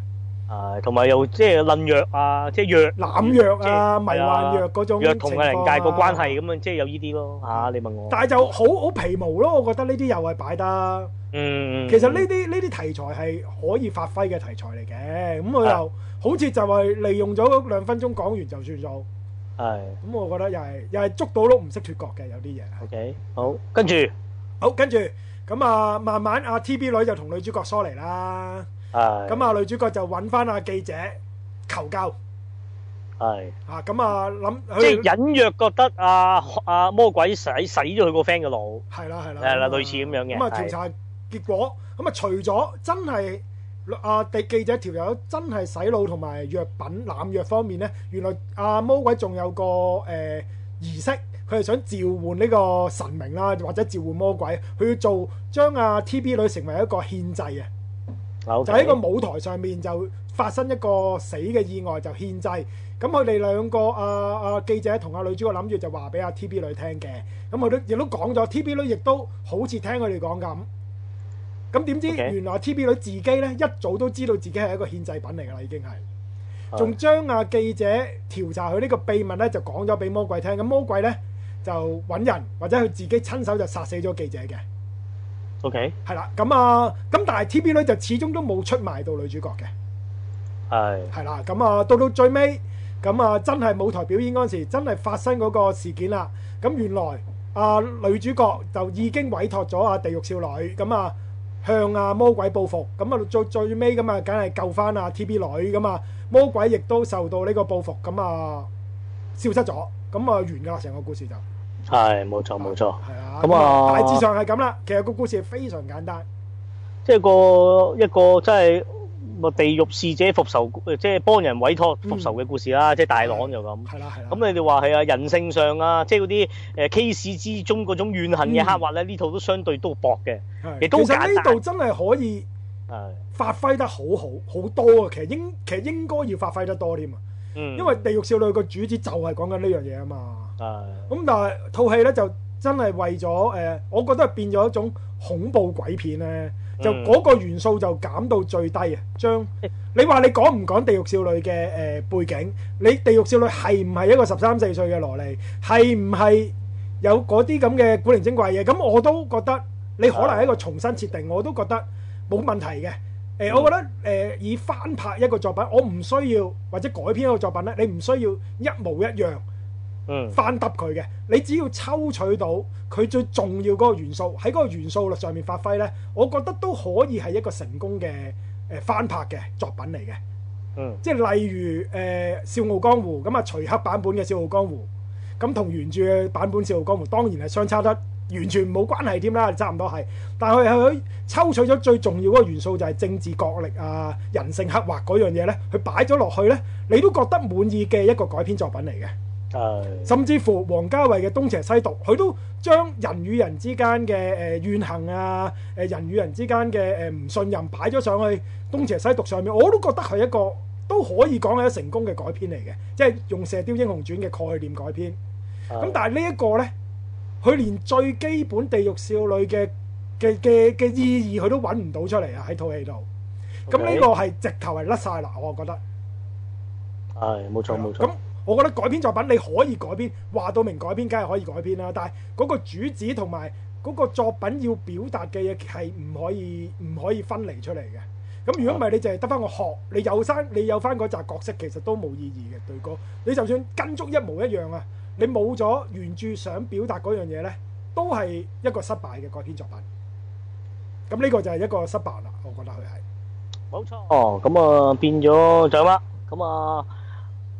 [SPEAKER 1] 誒，同埋又即係濫藥啊，即係藥
[SPEAKER 2] 濫藥啊、迷
[SPEAKER 1] 即係
[SPEAKER 2] 幻藥嗰種
[SPEAKER 1] 藥同嘅
[SPEAKER 2] 情
[SPEAKER 1] 靈
[SPEAKER 2] 況
[SPEAKER 1] 界個
[SPEAKER 2] 啊
[SPEAKER 1] 關係咁樣，即係有呢啲咯嚇。你問我，
[SPEAKER 2] 但係就好好皮毛咯，我覺得呢啲又係擺得。
[SPEAKER 1] 嗯，
[SPEAKER 2] 其實呢啲呢啲題材係可以發揮嘅題材嚟嘅，咁佢
[SPEAKER 1] 啊
[SPEAKER 2] 又好似就係利用咗兩分鐘講完就算數，
[SPEAKER 1] 係
[SPEAKER 2] 咁我覺得又係又係捉到碌唔識脱角嘅有啲嘢。
[SPEAKER 1] Ờ, OK 好，跟住
[SPEAKER 2] 好，跟住咁啊，慢慢阿 TB 女就同女主角疏離啦，
[SPEAKER 1] 係
[SPEAKER 2] 咁啊女主角就揾翻阿記者求救
[SPEAKER 1] 係
[SPEAKER 2] 啊，咁啊諗佢
[SPEAKER 1] 即係隱約覺得啊啊魔鬼洗洗咗佢個 friend 嘅腦，
[SPEAKER 2] 係啦係啦，
[SPEAKER 1] 係啦
[SPEAKER 2] 咁啊
[SPEAKER 1] 類似咁樣嘅
[SPEAKER 2] 咁啊
[SPEAKER 1] 係
[SPEAKER 2] 調查結果咁啊，除咗真係啊地記者條友真係洗腦同埋藥品濫藥方面咧，原來啊魔鬼仲有個誒、呃、儀式，佢係想召喚呢個神明啦，或者召喚魔鬼，佢要做將啊 TB 女成為一個獻祭啊！
[SPEAKER 1] 就
[SPEAKER 2] 就喺個舞台上面就發生一個死嘅意外就獻祭，咁佢哋兩個啊啊記者同阿女主角諗住就話俾阿 T B 女聽嘅，咁佢都亦都講咗，T B 女亦都好似聽佢哋講咁，咁點知
[SPEAKER 1] OK
[SPEAKER 2] 原來 T B 女自己呢一早都知道自己係一個獻祭品嚟㗎啦，已經係，
[SPEAKER 1] 係
[SPEAKER 2] 仲將啊記者調查佢呢個秘密呢就講咗俾魔鬼聽，咁魔鬼呢就揾人或者佢自己親手就殺死咗記者嘅。
[SPEAKER 1] OK
[SPEAKER 2] 係啦，咁啊，咁但係 T.B. 女就始終都冇出賣到女主角嘅，
[SPEAKER 1] 係
[SPEAKER 2] 係啦，咁啊，到到最尾，咁啊，真係舞台表演嗰陣時，真係發生嗰個事件啦。咁原來啊，女主角就已經委託咗啊地獄少女，咁啊向啊魔鬼報復，咁啊到最尾咁啊，梗係救翻啊 T.B. 女，咁啊魔鬼亦都受到呢個報復，咁啊消失咗，咁啊完㗎啦，成個故事就
[SPEAKER 1] 係冇錯哦冇錯。
[SPEAKER 2] 係啦，
[SPEAKER 1] 咁啊
[SPEAKER 2] 大致上係咁啦。其實個故事非常簡單，
[SPEAKER 1] 即係個一個真係個地獄使者復仇，呃即係幫人委託
[SPEAKER 2] 嗯
[SPEAKER 1] 復仇嘅故事啦，即係大郎就咁。
[SPEAKER 2] 係啦係啦。
[SPEAKER 1] 咁你哋話係啊，人性上啊，即係嗰啲誒 case 之中嗰種怨恨
[SPEAKER 2] 嗯
[SPEAKER 1] 嘅刻畫咧，呢套都相對都薄嘅，
[SPEAKER 2] 係
[SPEAKER 1] 亦都好
[SPEAKER 2] 其實
[SPEAKER 1] 簡
[SPEAKER 2] 呢
[SPEAKER 1] 單
[SPEAKER 2] 度真係可以
[SPEAKER 1] 係
[SPEAKER 2] 發揮得好好好多啊！其實應其實應該要發揮得多添啊，
[SPEAKER 1] 嗯，
[SPEAKER 2] 因為《地獄少女》個主旨就係講緊呢樣嘢啊嘛。
[SPEAKER 1] 係
[SPEAKER 2] 咁但係套戲咧就真係為咗誒、呃我覺得變咗一種恐怖鬼片咧，就
[SPEAKER 1] 嗯
[SPEAKER 2] 嗰個元素就減到最低啊！將你話你講唔講《地獄少女》嘅誒、呃背景？你《地獄少女》係唔係一個十三四歲嘅蘿莉？係唔係有嗰啲咁嘅古靈精怪嘢？咁我都覺得你可能係一個重新設定，我都覺得冇問題嘅。誒、
[SPEAKER 1] 嗯
[SPEAKER 2] 我覺得誒、呃以翻拍一個作品，我唔需要或者改編一個作品咧，你唔需要一模一樣
[SPEAKER 1] 嗯
[SPEAKER 2] 翻揼佢嘅，你只要抽取到佢最重要嗰個元素喺嗰個元素上面發揮咧，我覺得都可以係一個成功嘅誒、呃翻拍嘅作品嚟嘅。
[SPEAKER 1] 嗯
[SPEAKER 2] 即係例如誒、呃《笑傲江湖》咁啊，徐克版本嘅《笑傲江湖》，咁同原著嘅版本《笑傲江湖》當然係相差得完全冇關係添啦，差唔多係。但係佢佢抽取咗最重要嗰個元素就係政治角力啊、人性刻畫嗰樣嘢咧，佢擺咗落去咧，你都覺得滿意嘅一個改編作品嚟嘅。
[SPEAKER 1] 係
[SPEAKER 2] 甚至乎王家衞嘅《東邪西毒》，佢都將人與人之間嘅誒怨恨啊，誒、人與人之間嘅誒呃唔信任擺咗上去《東邪西毒》上面，我都覺得係一個都可以講係一成功嘅改編嚟嘅，即係用《射雕英雄傳》嘅概念改編。咁
[SPEAKER 1] 咁
[SPEAKER 2] 但係呢一個呢，佢連最基本地獄少女嘅嘅嘅嘅意義佢都揾唔到出嚟啊！喺套戲度，咁呢個係直頭係甩晒啦，我覺得。
[SPEAKER 1] 係冇錯冇錯
[SPEAKER 2] 咁，我覺得改編作品你可以改編，話到明改編梗係可以改編啦。但係嗰個主旨同埋嗰個作品要表達嘅嘢係唔可以唔可以分離出嚟嘅。咁如果唔係，你就係得翻個殼，你有翻你有翻嗰扎角色，其實都冇意義嘅對歌。你就算跟足一模一樣啊，你冇咗原著想表達嗰樣嘢呢，都係一個失敗嘅改編作品。咁呢個就係一個失敗啦，我覺得佢係。
[SPEAKER 1] 冇錯。哦，咁啊變咗獎啦，咁啊。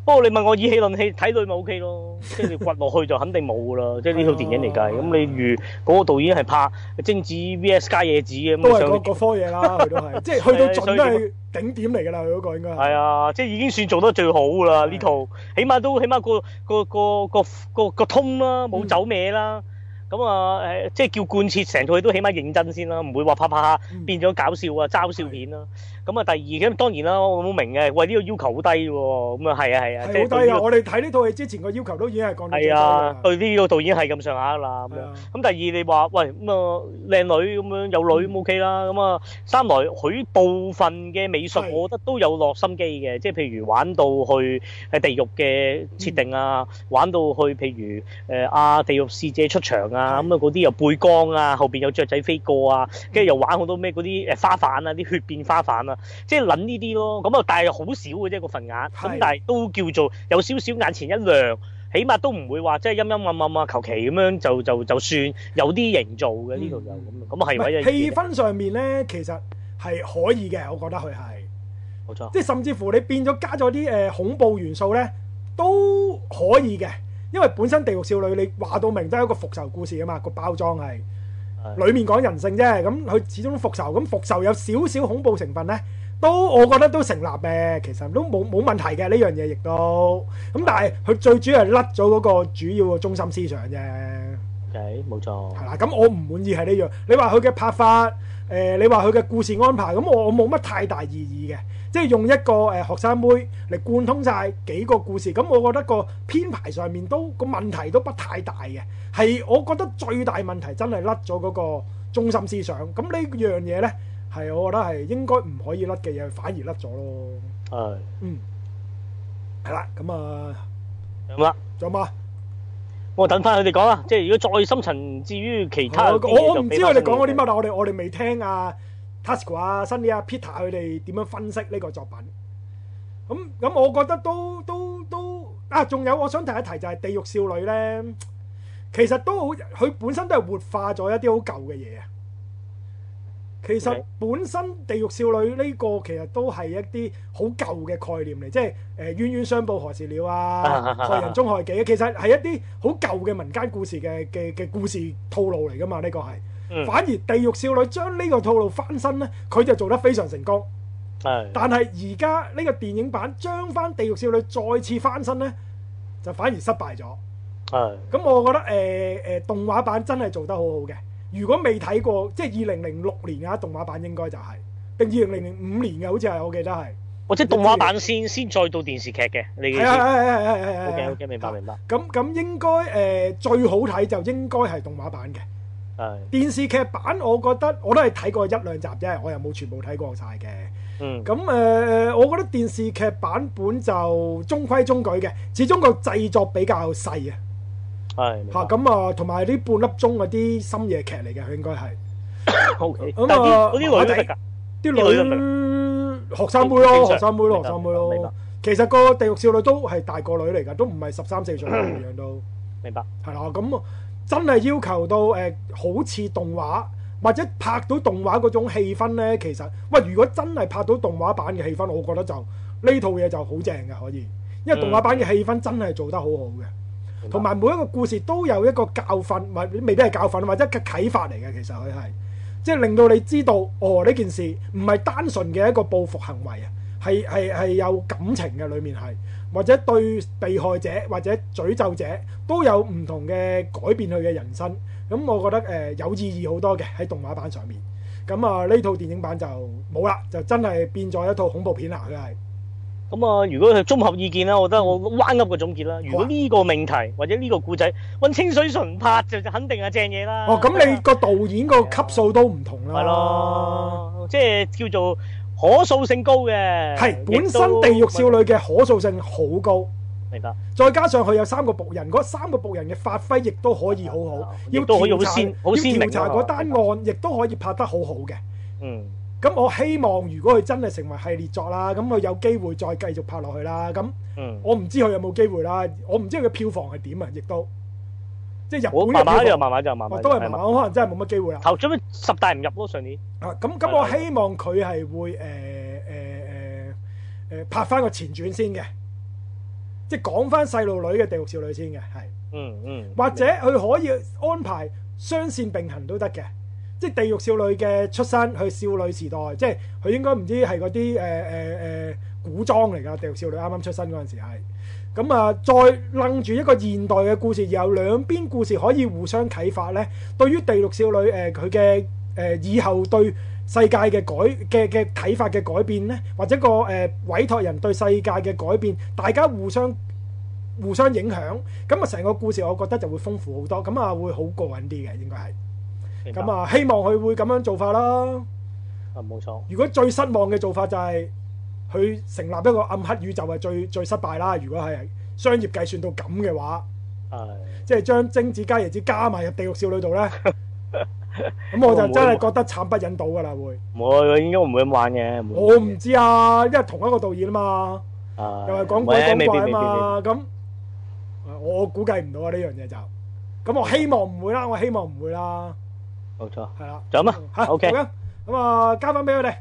[SPEAKER 1] 不過你問我以戲論戲睇佢咪 O K 咯，即係你掘落去就肯定冇噶啦，即係呢套電影嚟
[SPEAKER 2] 啊
[SPEAKER 1] 計。咁你如嗰個導演係拍貞子 V S 加野子咁，
[SPEAKER 2] 都係
[SPEAKER 1] 上
[SPEAKER 2] 嗰嗰科嘢啦，佢都係，即係去到盡都係頂點嚟㗎啦，佢嗰個應該係
[SPEAKER 1] 係啊，即係已經算做得最好㗎啦！
[SPEAKER 2] 係啊
[SPEAKER 1] 呢套起碼都起碼個個個個個個通啦，
[SPEAKER 2] 嗯
[SPEAKER 1] 冇走歪啦。咁啊誒，即係叫貫徹成套戲都起碼認真先啦，唔會話拍拍下
[SPEAKER 2] 嗯
[SPEAKER 1] 變咗搞笑啊、嘲笑片啦。咁啊，第二咁當然啦，我好明嘅。喂，呢個要求好低喎，咁啊係啊係啊，即係
[SPEAKER 2] 係
[SPEAKER 1] 對
[SPEAKER 2] 好低
[SPEAKER 1] 呢
[SPEAKER 2] 啊！
[SPEAKER 1] 個
[SPEAKER 2] 我哋睇呢套戲之前個要求都已經係降到最低
[SPEAKER 1] 係啊
[SPEAKER 2] 啦，。
[SPEAKER 1] 對呢個導演係咁上下啦咁
[SPEAKER 2] 係
[SPEAKER 1] 樣。
[SPEAKER 2] 啊
[SPEAKER 1] 咁第二你話喂咁啊靚女咁樣有女咁 OK 啦，咁啊三來佢部分嘅美術
[SPEAKER 2] 係
[SPEAKER 1] 我覺得都有落心機嘅，即係譬如玩到去誒地獄嘅設定啊，玩到去譬如誒啊地獄使者出場啊，
[SPEAKER 2] 係嗯
[SPEAKER 1] 咁啊嗰啲又背光啊，後邊有雀仔飛過啊，跟住又玩好多咩嗰啲誒花瓣啊，啲血變花瓣啊，即係諗呢啲咯。咁啊，但係好少嘅啫個份額，咁
[SPEAKER 2] 係
[SPEAKER 1] 但係都叫做有少少眼前一亮。起碼都唔會話即係陰陰暗暗啊，求其咁樣就就就算有啲營造嘅呢度就咁，咁啊係
[SPEAKER 2] 唔
[SPEAKER 1] 咪
[SPEAKER 2] 係嗯氣氛上面咧，其實係可以嘅，我覺得佢係，
[SPEAKER 1] 冇錯，
[SPEAKER 2] 即係甚至乎你變咗加咗啲誒恐怖元素咧，都可以嘅，因為本身《地獄少女》你話到明都係一個復仇故事啊嘛，個包裝係
[SPEAKER 1] 係
[SPEAKER 2] 裡面講人性啫，咁佢始終復仇，咁復仇有少少恐怖成分咧。都我覺得都成立嘅，其實都冇冇問題嘅呢樣嘢，亦都咁，但係佢最主要係甩咗嗰個主要嘅中心思想啫。
[SPEAKER 1] OK，冇錯，
[SPEAKER 2] 係啦，咁我唔滿意係呢樣。你話佢嘅拍法，誒、你話佢嘅故事安排，咁我我冇乜太大異議嘅，即係用一個誒、學生妹嚟貫通晒幾個故事，咁我覺得個編排上面都個問題都不太大嘅，係我覺得最大問題真係甩咗嗰個中心思想，咁呢樣嘢呢，係我覺得係應該唔可以甩嘅嘢，反而甩咗咯。
[SPEAKER 1] 係
[SPEAKER 2] 嗯，係啦，咁啊，
[SPEAKER 1] 咁啦。
[SPEAKER 2] 仲有冇啊？
[SPEAKER 1] 我等翻佢哋講啦，即係如果再深層至於其他
[SPEAKER 2] 我
[SPEAKER 1] 嘅
[SPEAKER 2] 我
[SPEAKER 1] 嘢
[SPEAKER 2] 啊我
[SPEAKER 1] 就
[SPEAKER 2] 唔
[SPEAKER 1] 俾
[SPEAKER 2] 知
[SPEAKER 1] 返
[SPEAKER 2] 佢
[SPEAKER 1] 新
[SPEAKER 2] 哋講嗰啲
[SPEAKER 1] 嘅
[SPEAKER 2] 乜，但我哋我哋未聽啊 Tasco 啊、Sunny 啊、Peter 佢哋點樣分析呢個作品。咁咁，我覺得都都都啊，仲有我想提一提就係《地獄少女》咧，其實都好，佢本身都係活化咗一啲好舊嘅嘢啊。其實
[SPEAKER 1] OK
[SPEAKER 2] 本身《地獄少女》呢個其實都係一啲好舊嘅概念嚟，即係誒冤冤相報何時了啊，害人中害己，其實係一啲好舊嘅民間故事嘅嘅嘅故事套路嚟噶嘛，呢、個係。
[SPEAKER 1] 嗯
[SPEAKER 2] 反而《地獄少女》將呢個套路翻身呢，佢就做得非常成功。
[SPEAKER 1] 係
[SPEAKER 2] 但係而家呢個電影版將翻《地獄少女》再次翻身呢，就反而失敗咗。
[SPEAKER 1] 係
[SPEAKER 2] 咁我覺得誒誒、呃呃、動畫版真係做得好好嘅。如果未睇過，即係二零零六年啊動畫版應該就係、定二零零五年嘅，好似係我記得係。
[SPEAKER 1] 我即係動畫版先先再到電視劇嘅，你嘅意
[SPEAKER 2] 係啊係
[SPEAKER 1] 思
[SPEAKER 2] 啊係啊係啊係啊係
[SPEAKER 1] ？OK
[SPEAKER 2] 啊
[SPEAKER 1] OK，明白明白，
[SPEAKER 2] 咁咁應該誒、呃最好睇就應該係動畫版嘅。
[SPEAKER 1] 係
[SPEAKER 2] 電視劇版我覺得我都係睇過一兩集啫，我又冇全部睇過晒嘅。
[SPEAKER 1] 嗯
[SPEAKER 2] 咁誒、呃我覺得電視劇版本就中規中矩嘅，始終個製作比較細啊，
[SPEAKER 1] 係明
[SPEAKER 2] 嚇
[SPEAKER 1] 白
[SPEAKER 2] 咁啊，同埋啲半粒鐘嗰啲深夜劇嚟嘅，佢應該係
[SPEAKER 1] OK，
[SPEAKER 2] 咁啊
[SPEAKER 1] 但係啲嗰啲
[SPEAKER 2] 麻麻
[SPEAKER 1] 女都
[SPEAKER 2] 地
[SPEAKER 1] 得㗎，啲女
[SPEAKER 2] 啲女學生妹咯，
[SPEAKER 1] 正常
[SPEAKER 2] 學生妹咯，
[SPEAKER 1] 明白
[SPEAKER 2] 學生妹
[SPEAKER 1] 明白
[SPEAKER 2] 咯。其實個地獄少女都係大個女嚟㗎，都唔係十三四歲咁樣都。
[SPEAKER 1] 明白
[SPEAKER 2] 係啦，咁真係要求到誒、呃好似動畫或者拍到動畫嗰種氣氛呢。其實喂，如果真係拍到動畫版嘅氣氛，我覺得就呢套嘢就好正嘅，可以，因為動畫版嘅氣氛真係做得好好嘅，
[SPEAKER 1] 明白
[SPEAKER 2] 同埋每一個故事都有一個教訓，或未必係教訓，或者一個啟發嚟嘅，其實佢係即係令到你知道，哦呢件事唔係單純嘅一個報復行為啊，係係係有感情嘅，裡面係。或者對被害者或者詛咒者都有唔同嘅改變佢嘅人生。咁我覺得誒、呃有意義好多嘅喺動畫版上面。咁啊呢套電影版就冇啦，就真係變咗一套恐怖片啦。佢係
[SPEAKER 1] 咁啊，如果係綜合意見啦，我覺得我彎噏個總
[SPEAKER 2] 啊
[SPEAKER 1] 結啦。如果呢個命題或者呢個故仔揾清水純拍就就肯定係正嘢啦。
[SPEAKER 2] 哦，咁你個導演個級數都唔同啦。
[SPEAKER 1] 係，咯，即係叫做可塑性高嘅。
[SPEAKER 2] 啊係本
[SPEAKER 1] 亦
[SPEAKER 2] 身
[SPEAKER 1] 都
[SPEAKER 2] 《地獄少女》嘅可塑性好高，
[SPEAKER 1] 明白，
[SPEAKER 2] 再加上佢有三個仆人，嗰三個仆人嘅發揮亦都可以好好，
[SPEAKER 1] 亦
[SPEAKER 2] 要
[SPEAKER 1] 都可以好
[SPEAKER 2] 調查
[SPEAKER 1] 鮮好
[SPEAKER 2] 要
[SPEAKER 1] 鮮明
[SPEAKER 2] 調查
[SPEAKER 1] 啊
[SPEAKER 2] 嗰單案，亦都可以拍得好好嘅。
[SPEAKER 1] 嗯，
[SPEAKER 2] 咁我希望如果佢真係成為系列作啦，咁佢有機會再繼續拍落去啦。咁
[SPEAKER 1] 嗯，
[SPEAKER 2] 我唔知佢有冇機會啦，我唔知佢嘅票房係點啊，亦都即哦係日
[SPEAKER 1] 我
[SPEAKER 2] 本
[SPEAKER 1] 麻麻
[SPEAKER 2] 嘅
[SPEAKER 1] 就
[SPEAKER 2] 票房
[SPEAKER 1] 麻麻啊就麻麻
[SPEAKER 2] 哦
[SPEAKER 1] 就，
[SPEAKER 2] 都係麻麻，可能真係冇乜機會啦。
[SPEAKER 1] 頭最尾十大唔入咯，上年
[SPEAKER 2] 啊，咁咁我希望佢係會誒誒誒誒拍翻個前傳先嘅，即係講翻細路女嘅地獄少女先嘅，係。
[SPEAKER 1] 嗯嗯，
[SPEAKER 2] 或者佢可以安排雙線並行都得嘅，即係地獄少女嘅出身去少女時代，即係佢應該唔知係嗰啲誒誒誒古裝嚟㗎，地獄少女啱啱出身嗰陣時係，咁啊再楞住一個現代嘅故事，然後兩邊呃故事可以互相啟發呢。對於地獄少女誒佢嘅誒以後對世界嘅改嘅嘅睇法嘅改變呢，或者個誒、呃委託人對世界嘅改變，大家互相互相影響，咁啊成個故事我覺得就會豐富好多，咁啊會好過癮啲嘅應該係，
[SPEAKER 1] 明白
[SPEAKER 2] 咁啊希望佢會咁樣做法啦。
[SPEAKER 1] 啊冇錯，
[SPEAKER 2] 如果最失望嘅做法就係佢成立一個暗黑宇宙係最最失敗啦。如果係商業計算到咁嘅話，
[SPEAKER 1] 係
[SPEAKER 2] 即係將精子加椰子加埋入地獄少女度 呢，咁我
[SPEAKER 1] 啊
[SPEAKER 2] 就真係覺得慘不忍睹㗎啦會。
[SPEAKER 1] 唔會應該唔會咁玩嘅，唔會
[SPEAKER 2] 我唔知啊，因為同一個導演啊嘛，
[SPEAKER 1] 啊
[SPEAKER 2] 哦又係講鬼講怪啊嘛，咁我估計唔到啊呢樣嘢就。咁我希望唔會啦，我希望唔會啦，
[SPEAKER 1] 未必未必未必冇錯，
[SPEAKER 2] 係啦。
[SPEAKER 1] 就咁啦
[SPEAKER 2] 嚇
[SPEAKER 1] OK
[SPEAKER 2] 咁樣咁啊，交翻俾佢哋。